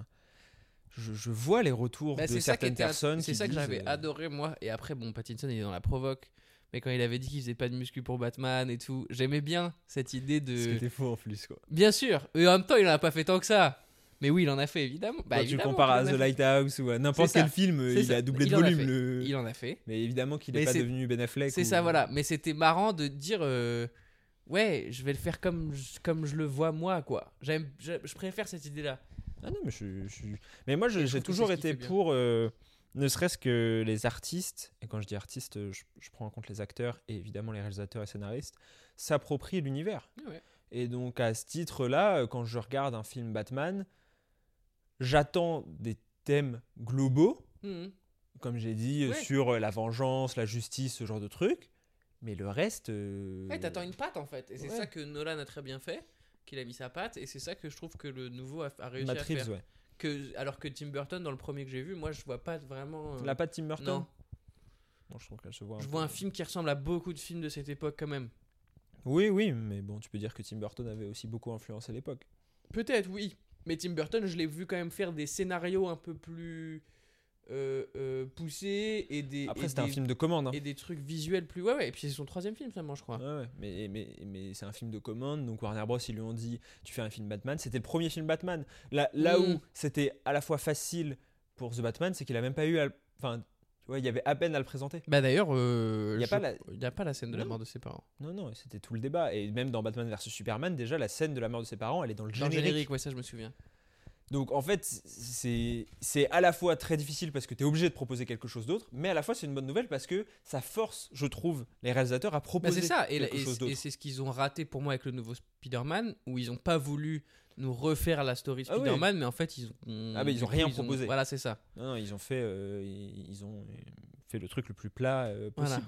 S5: je, je vois les retours
S6: Bah,
S5: de
S6: c'est ça qui
S5: certaines
S6: était-
S5: personnes.
S6: C'est
S5: qui
S6: ça que
S5: disent,
S6: j'avais
S5: euh,
S6: adoré moi. Et après, bon, Pattinson il est dans la provoque. Mais quand il avait dit qu'il faisait pas de muscu pour Batman et tout, j'aimais bien cette idée
S5: Ce qui
S6: de.
S5: était faux en plus quoi.
S6: Bien sûr. Et en même temps, il en a pas fait tant que ça. Mais oui, il en a fait évidemment. Bah,
S5: Quand tu le
S6: évidemment
S5: compares
S6: qu'il
S5: à
S6: en a
S5: The
S6: fait.
S5: Lighthouse ou à n'importe
S6: C'est
S5: quel
S6: ça.
S5: film, euh,
S6: C'est
S5: il
S6: ça.
S5: a doublé
S6: Il
S5: de
S6: en a
S5: volume.
S6: fait.
S5: le-
S6: Il en a fait.
S5: Mais évidemment qu'il
S6: Mais
S5: n'est pas
S6: c'est-
S5: devenu Ben Affleck.
S6: C'est
S5: ou-
S6: ça, voilà. Mais c'était marrant de dire, euh, ouais, je vais le faire comme je, comme je le vois moi, quoi. J'aime, je, je préfère cette idée-là.
S5: Ah non, mais je, je- Mais moi, je-
S6: Et je
S5: j'ai
S6: trouve que
S5: toujours
S6: c'est ce qui
S5: été
S6: fait bien.
S5: pour, euh, ne serait-ce que les artistes, et quand je dis artistes, euh, je, je prends en compte les acteurs et évidemment les réalisateurs et scénaristes, s'approprient l'univers.
S6: Ah Ouais.
S5: Et donc, à ce titre-là, euh, quand je regarde un film Batman, j'attends des thèmes globaux,
S6: Mhm.
S5: comme j'ai dit, euh,
S6: Ouais.
S5: sur euh, la vengeance, la justice, ce genre de trucs. Mais le reste. euh,
S6: Ouais, t'attends une patte en fait. Et c'est
S5: ouais.
S6: ça que Nolan a très bien fait, qu'il a mis sa patte. Et c'est ça que je trouue que le nouveau a, a réussi
S5: Matt
S6: à
S5: Reeves,
S6: faire.
S5: ouais.
S6: Que, alors que Tim Burton, dans le premier que j'ai vu, moi je vois pas vraiment. euh,
S5: La patte Tim Burton
S6: non,
S5: Bon, je trouve qu'elle se voit.
S6: je
S5: peu. euh,
S6: vois un film qui ressemble à beaucoup de films de cette époque quand même.
S5: Oui, oui, mais bon, tu peux dire que Tim Burton avait aussi beaucoup influencé l'époque.
S6: Peut-être, oui. Mais Tim Burton, je l'ai vu quand même faire des scénarios un peu plus euh, euh, poussés et des.
S5: Après,
S6: et
S5: c'était un
S6: des-
S5: film de commande. hein.
S6: Et des trucs visuels plus. Ouais, ouais. Et puis c'est son troisième film seulement, je crois.
S5: Ouais, ouais, mais, mais, mais c'est un film de commande, donc Warner Bros. ils lui ont dit tu fais un film Batman. C'était le premier film Batman. Là, là
S6: Mm.
S5: où c'était à la fois facile pour The Batman, c'est qu'il a même pas eu. à le- Enfin, tu vois, il y avait à peine à le présenter.
S6: Bah d'ailleurs, euh,
S5: Y a
S6: je-
S5: pas la-
S6: il n'y a pas la scène de la
S5: Non.
S6: mort de ses parents.
S5: Non, non, et c'était tout le débat. Et même dans Batman vs Superman, déjà, la scène de la mort de ses parents, elle est dans le
S6: Dans le
S5: générique.
S6: générique, ouais, ça je me souviens.
S5: Donc en fait, c'est c'est à la fois très difficile parce que tu es obligé de proposer quelque chose d'autre, mais à la fois c'est une bonne nouvelle parce que ça force, je trouve, les réalisateurs à
S6: Bah,
S5: proposer
S6: c'est ça, et, la-
S5: quelque
S6: et-
S5: chose
S6: et
S5: d'autre.
S6: c'est ce qu'ils ont raté pour moi avec le nouveau Spider-Man, où ils n'ont pas voulu nous refaire la story de
S5: Ah oui.
S6: Spider-Man, mais en fait ils ont.
S5: Ah, mais ils
S6: du
S5: ont rien proposé.
S6: Voilà, c'est ça.
S5: Non, non, ils ont fait, euh, ils ils ont euh, fait le truc le plus plat euh, possible.
S6: Voilà.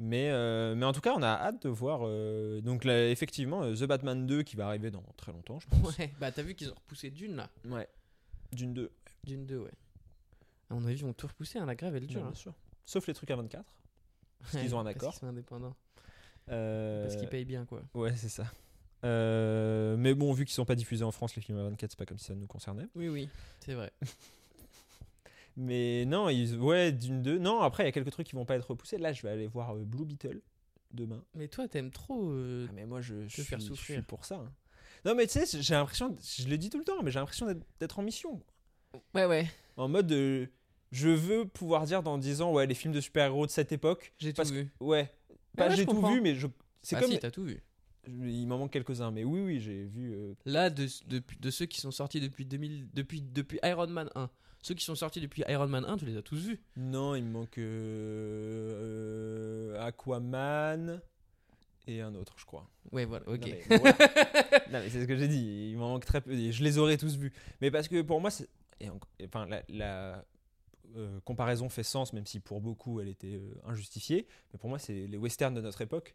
S5: Mais, euh, mais en tout cas, on a hâte de voir. euh, donc là, effectivement, euh, The Batman 2 qui va arriver dans très longtemps, je pense.
S6: Ouais, bah t'as vu qu'ils ont repoussé Dune là
S5: Ouais. D'une 2.
S6: Dune 2, ouais. À mon avis, ils vont tout repousser, hein, la grève elle dure.
S5: Bien
S6: hein.
S5: sûr. Sauf les trucs à 24. Parce qu'ils ont un
S6: Parce
S5: accord.
S6: qu'ils sont indépendants.
S5: Euh,
S6: Parce qu'ils payent bien quoi.
S5: Ouais, c'est ça. Euh, mais bon, vu qu'ils sont pas diffusés en France, les films à 24, c'est pas comme si ça nous concernait.
S6: Oui, oui, c'est vrai.
S5: Mais non, ils, ouais, d'une deux. Non, après, il y a quelques trucs qui vont pas être repoussés. Là, je vais aller voir euh, Blue Beetle demain.
S6: Mais toi, t'aimes trop. euh,
S5: Ah, mais moi, je, je,
S6: te faire
S5: suis, je
S6: souffrir.
S5: suis pour ça. hein. Non, mais tu sais, j'ai l'impression, je le dis tout le temps, mais j'ai l'impression d'être- d'être en mission.
S6: Ouais, ouais.
S5: En mode, euh, je veux pouvoir dire dans 10 ans, ouais, les films de super-héros de cette époque,
S6: J'ai tout
S5: Parce
S6: vu.
S5: Ah ouais, pas
S6: ouais, je
S5: j'ai tout
S6: comprends.
S5: vu, mais je. C'est
S6: Ah
S5: comme.
S6: si, t'as tout vu.
S5: il m'en manque quelques-uns, mais oui, oui, j'ai vu. euh,
S6: Là, de, de, de ceux qui sont sortis depuis, 2000, depuis, depuis Iron Man 1, ceux qui sont sortis depuis Iron Man 1, tu les as tous vus.
S5: Non, il me manque euh, euh, Aquaman et un autre, je crois.
S6: Ouais, voilà, ok.
S5: Non, mais, bon, voilà. Non, mais c'est ce que j'ai dit. Il m'en manque très peu. et Je les aurais tous vus. Mais parce que pour moi, c'est. et en- et, Enfin, la, la, euh, comparaison fait sens, même si pour beaucoup elle était euh, injustifiée. Mais pour moi, c'est les westerns de notre époque.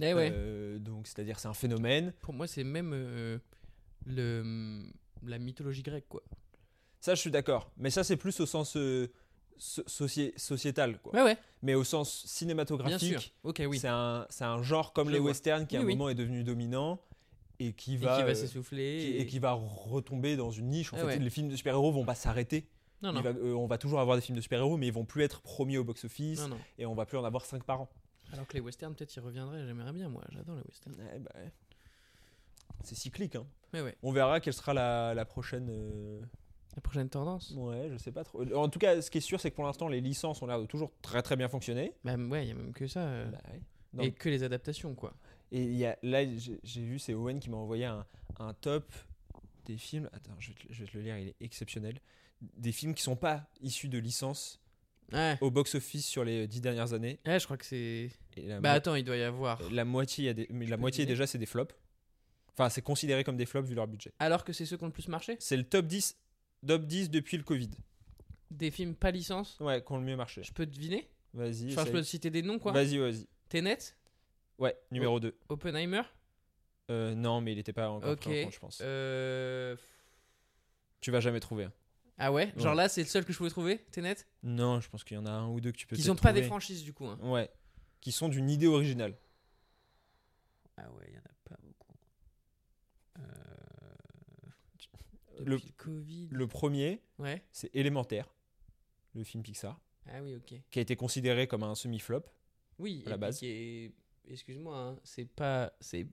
S6: Eh ouais.
S5: Euh, donc, c'est-à-dire, c'est un phénomène.
S6: Pour moi, c'est même euh, le, mm, la mythologie grecque, quoi.
S5: Ça, je suis d'accord. Mais ça, c'est plus au sens euh, so- socié- sociétal, quoi.
S6: Ouais, ouais,
S5: Mais au sens
S6: bien
S5: cinématographique,
S6: sûr. Ok, oui.
S5: c'est un, c'est un genre comme
S6: Je
S5: les
S6: vois.
S5: westerns qui, à
S6: Oui,
S5: un
S6: oui.
S5: moment, est devenu dominant et qui
S6: Et
S5: va.
S6: qui va
S5: euh,
S6: s'essouffler.
S5: qui- et qui va retomber dans une niche. En
S6: Ah
S5: fait,
S6: ouais.
S5: les films de super-héros vont pas s'arrêter.
S6: Non,
S5: Il
S6: non.
S5: va- euh, on va toujours avoir des films de super-héros, mais ils vont plus être premiers au box-office
S6: non, non.
S5: et on va plus en avoir 5 par an.
S6: Alors que les westerns, peut-être, ils reviendraient. J'aimerais bien, moi. J'adore les westerns.
S5: Eh ben, C'est cyclique. hein.
S6: Mais ouais,
S5: On verra quelle sera la, la prochaine. euh,
S6: la prochaine tendance.
S5: Ouais, je sais pas trop. Euh, En tout cas, ce qui est sûr, c'est que pour l'instant, les licences ont l'air de toujours très très bien fonctionner.
S6: Bah, ouais, il y a même que ça. euh,
S5: Bah ouais. non.
S6: Et que les adaptations, quoi.
S5: Et il y a- là, j'ai j'ai vu, c'est Owen qui m'a envoyé un, un top des films. Attends, je vais, te, je vais te le lire, il est exceptionnel. Des films qui sont pas issus de licences
S6: Ouais.
S5: au box-office sur les 10 dernières années.
S6: Ouais, je crois que c'est.
S5: Et la
S6: Bah, attends, il doit y avoir.
S5: La moitié, il y a des- mais la
S6: peux
S5: moitié
S6: deviner
S5: déjà, c'est des flops. Enfin, c'est considéré comme des flops vu leur budget.
S6: Alors que c'est ceux qui ont le plus marché
S5: C'est le top 10, top 10 depuis le Covid.
S6: Des films pas licence
S5: Ouais, qui ont le mieux marché.
S6: Je peux deviner
S5: Vas-y.
S6: Enfin, je
S5: essaye.
S6: peux te citer des noms, quoi. Oh.
S5: Vas-y, vas-y.
S6: Tenet,
S5: Ouais, numéro 2.
S6: Oppenheimer,
S5: Euh, non, mais il était pas encore
S6: Ok.
S5: pris en compte, je pense.
S6: euh...
S5: Tu vas jamais trouver. hein.
S6: Ah ouais Genre
S5: Ouais.
S6: là, c'est le seul que je pouvais trouver, Tenet
S5: Non, je pense qu'il y en a un ou deux que tu peux
S6: Ils
S5: peut-être
S6: ont pas des
S5: trouver.
S6: franchises, du coup. hein.
S5: Ouais. Qui sont d'une idée originale.
S6: Ah ouais, il y en a pas beaucoup. Euh,
S5: Le-
S6: Depuis le... Covid.
S5: Le premier,
S6: Ouais.
S5: c'est Élémentaire, le film Pixar,
S6: Ah oui, ok.
S5: qui a été considéré comme un semi-flop.
S6: Oui,
S5: À la
S6: et
S5: base.
S6: puis qui est- Excuse-moi, hein, c'est pas... C'est...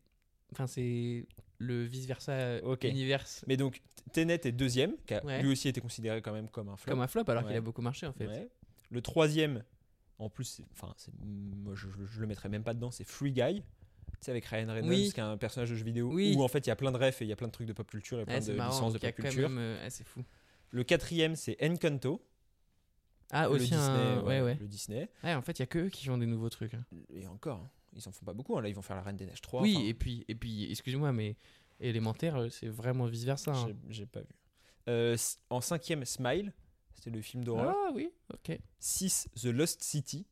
S6: Enfin, c'est le vice-versa
S5: Ok.
S6: univers
S5: Mais donc, Tenet est deuxième, qui a
S6: Ouais.
S5: lui aussi été considéré quand même comme un flop.
S6: comme un flop, alors qu'il
S5: Ouais.
S6: a beaucoup marché, en fait.
S5: Ouais. Le troisième, en plus, c'est- enfin, c'est- moi je, je- je le mettrais même pas dedans, c'est Free Guy. sais, avec Ryan Reynolds,
S6: Oui.
S5: qui est un personnage de jeu vidéo,
S6: Oui,
S5: où en fait il y a plein de refs et il y a plein de trucs de pop culture et plein
S6: Ouais,
S5: de
S6: Eh, c'est marrant.
S5: licences de
S6: donc il y a
S5: pop
S6: quand
S5: culture.
S6: même, euh, ah, c'est fou.
S5: Le quatrième, c'est Encanto,
S6: Ah,
S5: le
S6: aussi
S5: Disney.
S6: un. Ouais,
S5: voilà,
S6: ouais.
S5: Le Disney.
S6: Ouais, en fait, il y a que eux qui font des nouveaux trucs. hein.
S5: Et encore, hein, ils en font pas beaucoup. hein. Là, ils vont faire La Reine des Neiges 3.
S6: oui,
S5: enfin,
S6: et puis, et puis excusez-moi, mais élémentaire, euh, c'est vraiment vice-versa. hein.
S5: j'ai- j'ai pas vu. Euh, s- en cinquième, Smile, c'était le film d'horreur.
S6: Ah oui, ok.
S5: 6, The Lost City.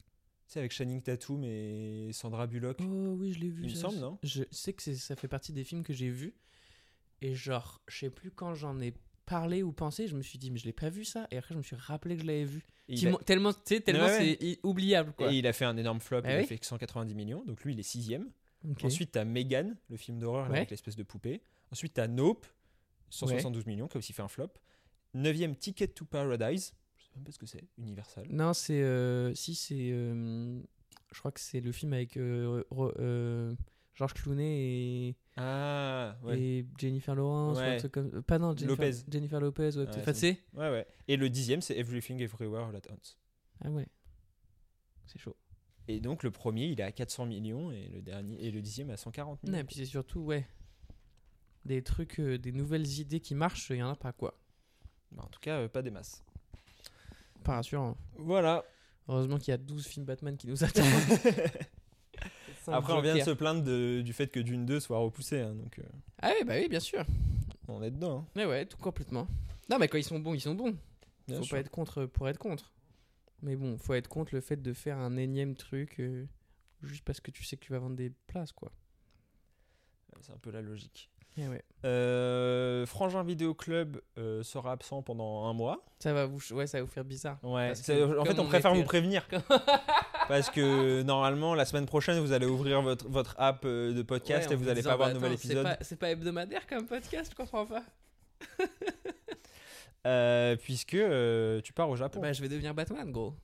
S5: C'est avec Channing Tatum et Sandra Bullock.
S6: Oh oui, je l'ai vu.
S5: Il me
S6: ça,
S5: semble,
S6: je-
S5: non
S6: Je sais que c'est- ça fait partie des films que j'ai vus. Et genre, je sais plus quand j'en ai parlé ou pensé, je me suis dit, mais je l'ai pas vu ça. Et après, je me suis rappelé que je l'avais vu.
S5: Et il,
S6: Tellement-
S5: a,
S6: Tellement, tu sais, tellement
S5: Ouais, ouais.
S6: c'est i- oubliable, quoi.
S5: et il a fait un énorme flop,
S6: Bah
S5: il
S6: oui.
S5: a fait 190 millions, donc lui il est sixième.
S6: Ok.
S5: Ensuite t'as Megan, le film d'horreur là,
S6: Ouais.
S5: avec l'espèce de poupée. Ensuite t'as Nope, 172 millions, qui a aussi fait un flop. Neuvième, Ticket to Paradise. Je sais même pas ce que c'est, Universal.
S6: Non, c'est. euh, si, c'est. euh, je crois que c'est le film avec euh, Ro- euh, Georges Clooney et,
S5: Ah, ouais.
S6: et Jennifer Lawrence. ou un
S5: Ouais.
S6: truc comme- euh, Pas non, Jennifer
S5: Lopez.
S6: Jennifer Lopez. Ouais,
S5: Ouais,
S6: peut-être. Enfin,
S5: ça
S6: c'est.
S5: Ouais, ouais. Et le dixième, c'est Everything Everywhere All At Once.
S6: Ah ouais. C'est chaud.
S5: Et donc le premier, il est à 400 millions et le dernier et le dixième à 140 millions.
S6: Non, et puis c'est surtout, ouais. Des trucs, euh, des nouvelles idées qui marchent, il y en a pas, quoi.
S5: Bah, en tout cas, euh, pas des masses.
S6: Pas rassurant.
S5: Voilà.
S6: Heureusement qu'il y a 12 films Batman qui nous attendent. Sans
S5: Après, on vient de
S6: Joker.
S5: se plaindre de- du fait que Dune 2 soit repoussée, hein, donc euh,
S6: Ah ouais, bah oui, bien sûr.
S5: on est dedans. hein.
S6: Mais ouais, tout complètement. Non, mais quand ils sont bons, ils sont bons.
S5: Bien
S6: faut
S5: sûr.
S6: pas être contre pour être contre. Mais bon, faut être contre le fait de faire un énième truc euh, juste parce que tu sais que tu vas vendre des places, quoi.
S5: C'est un peu la logique.
S6: Eh ouais.
S5: Euh, Frangin Vidéo Club euh, sera absent pendant un mois.
S6: Ça va vous, ch- ouais, ça va vous faire bizarre.
S5: Ouais.
S6: Parce que
S5: En fait,
S6: comme
S5: on
S6: on
S5: préfère
S6: était-
S5: vous prévenir. Parce que normalement, la semaine prochaine, vous allez ouvrir votre, votre app euh, de podcast
S6: Ouais,
S5: et
S6: en
S5: vous
S6: vous
S5: allez
S6: disant,
S5: pas avoir
S6: bah,
S5: de nouvel
S6: attends, c'est
S5: épisode.
S6: pas- C'est pas hebdomadaire comme podcast, je comprends pas.
S5: Euh, puisque euh, tu pars au Japon.
S6: Bah, je vais devenir Batman, gros.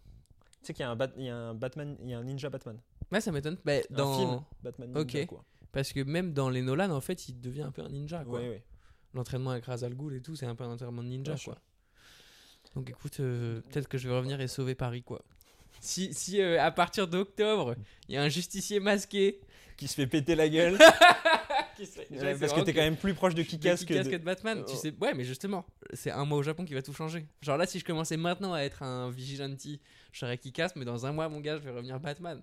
S5: Tu sais qu'il y, a un Bat- il y a un Batman, il y a un Ninja Batman.
S6: Ouais, ça m'étonne. Bah, dans...
S5: Un film. Batman Ninja,
S6: Ok.
S5: quoi.
S6: Parce que même dans les Nolan, en fait, il devient un peu un ninja. quoi.
S5: Ouais, ouais.
S6: L'entraînement avec Ra's al Ghul et tout, c'est un peu un entraînement de ninja.
S5: Bien
S6: quoi.
S5: sûr.
S6: Donc écoute, euh, peut-être que je vais revenir et sauver Paris. quoi. Si, si euh, à partir d'octobre, il y a un justicier masqué.
S5: Qui se fait péter la gueule.
S6: qui se-
S5: Euh,
S6: Ouais, c'est
S5: parce que
S6: vraiment
S5: t'es quand même plus proche de
S6: de
S5: Kikas
S6: Kick-Ass
S5: que
S6: que
S5: de...
S6: de Batman. Tu
S5: Oh.
S6: sais... Ouais, mais justement, c'est un mois au Japon qui va tout changer. Genre là, si je commençais maintenant à être un vigilante, je serais Kikas, mais dans un mois, mon gars, je vais revenir Batman.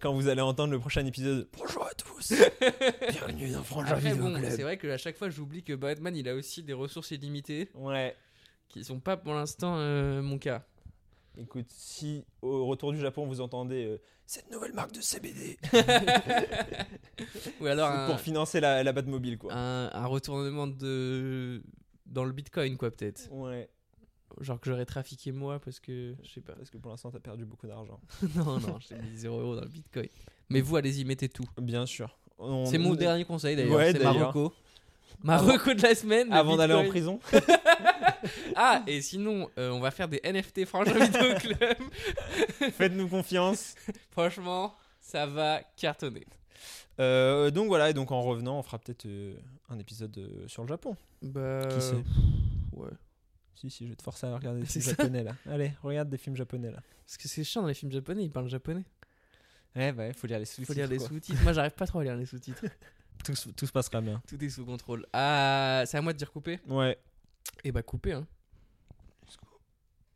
S5: quand vous allez entendre le prochain épisode. Bonjour à tous. Bienvenue dans Frangin
S6: Après,
S5: Vidéo
S6: bon,
S5: Club.
S6: c'est vrai que à chaque fois, j'oublie que Batman, il a aussi des ressources illimitées
S5: Ouais.
S6: qui sont pas pour l'instant euh, mon cas.
S5: Écoute, si au retour du Japon vous entendez euh, cette nouvelle marque de CBD
S6: Ou alors un,
S5: pour financer la, la Batmobile quoi.
S6: un, un retournement de dans le Bitcoin quoi peut-être.
S5: Ouais,
S6: Genre que j'aurais trafiqué moi parce que je sais pas.
S5: parce que pour l'instant t'as perdu beaucoup d'argent.
S6: non non, j'ai mis 0 euros dans le Bitcoin. Mais vous allez-y mettez tout.
S5: Bien sûr. On-
S6: C'est mon
S5: on-
S6: dernier conseil d'ailleurs.
S5: Ouais,
S6: c'est
S5: d'ailleurs.
S6: Marocco. Marocco de la semaine. le
S5: Avant d'aller en
S6: Bitcoin.
S5: prison.
S6: Ah et sinon euh, on va faire des NFT franchement vidéo club.
S5: Faites-nous confiance.
S6: Franchement ça va cartonner.
S5: Euh, donc voilà, et donc en revenant, on fera peut-être euh, un épisode euh, sur le Japon.
S6: Bah
S5: Qui sait
S6: ouais.
S5: Si, si, je vais te forcer à regarder des
S6: C'est
S5: films
S6: ça.
S5: japonais là. Allez, regarde des films japonais là.
S6: Parce que c'est chiant dans les films japonais ils parlent japonais.
S5: Ouais, bah, faut lire les
S6: Il
S5: sous-titres.
S6: faut lire les
S5: quoi.
S6: sous-titres. Moi j'arrive pas trop à lire les sous-titres.
S5: Tout, se- tout se passera bien.
S6: Tout est sous contrôle. Ah, c'est à moi de dire couper
S5: Ouais.
S6: Et bah couper, hein.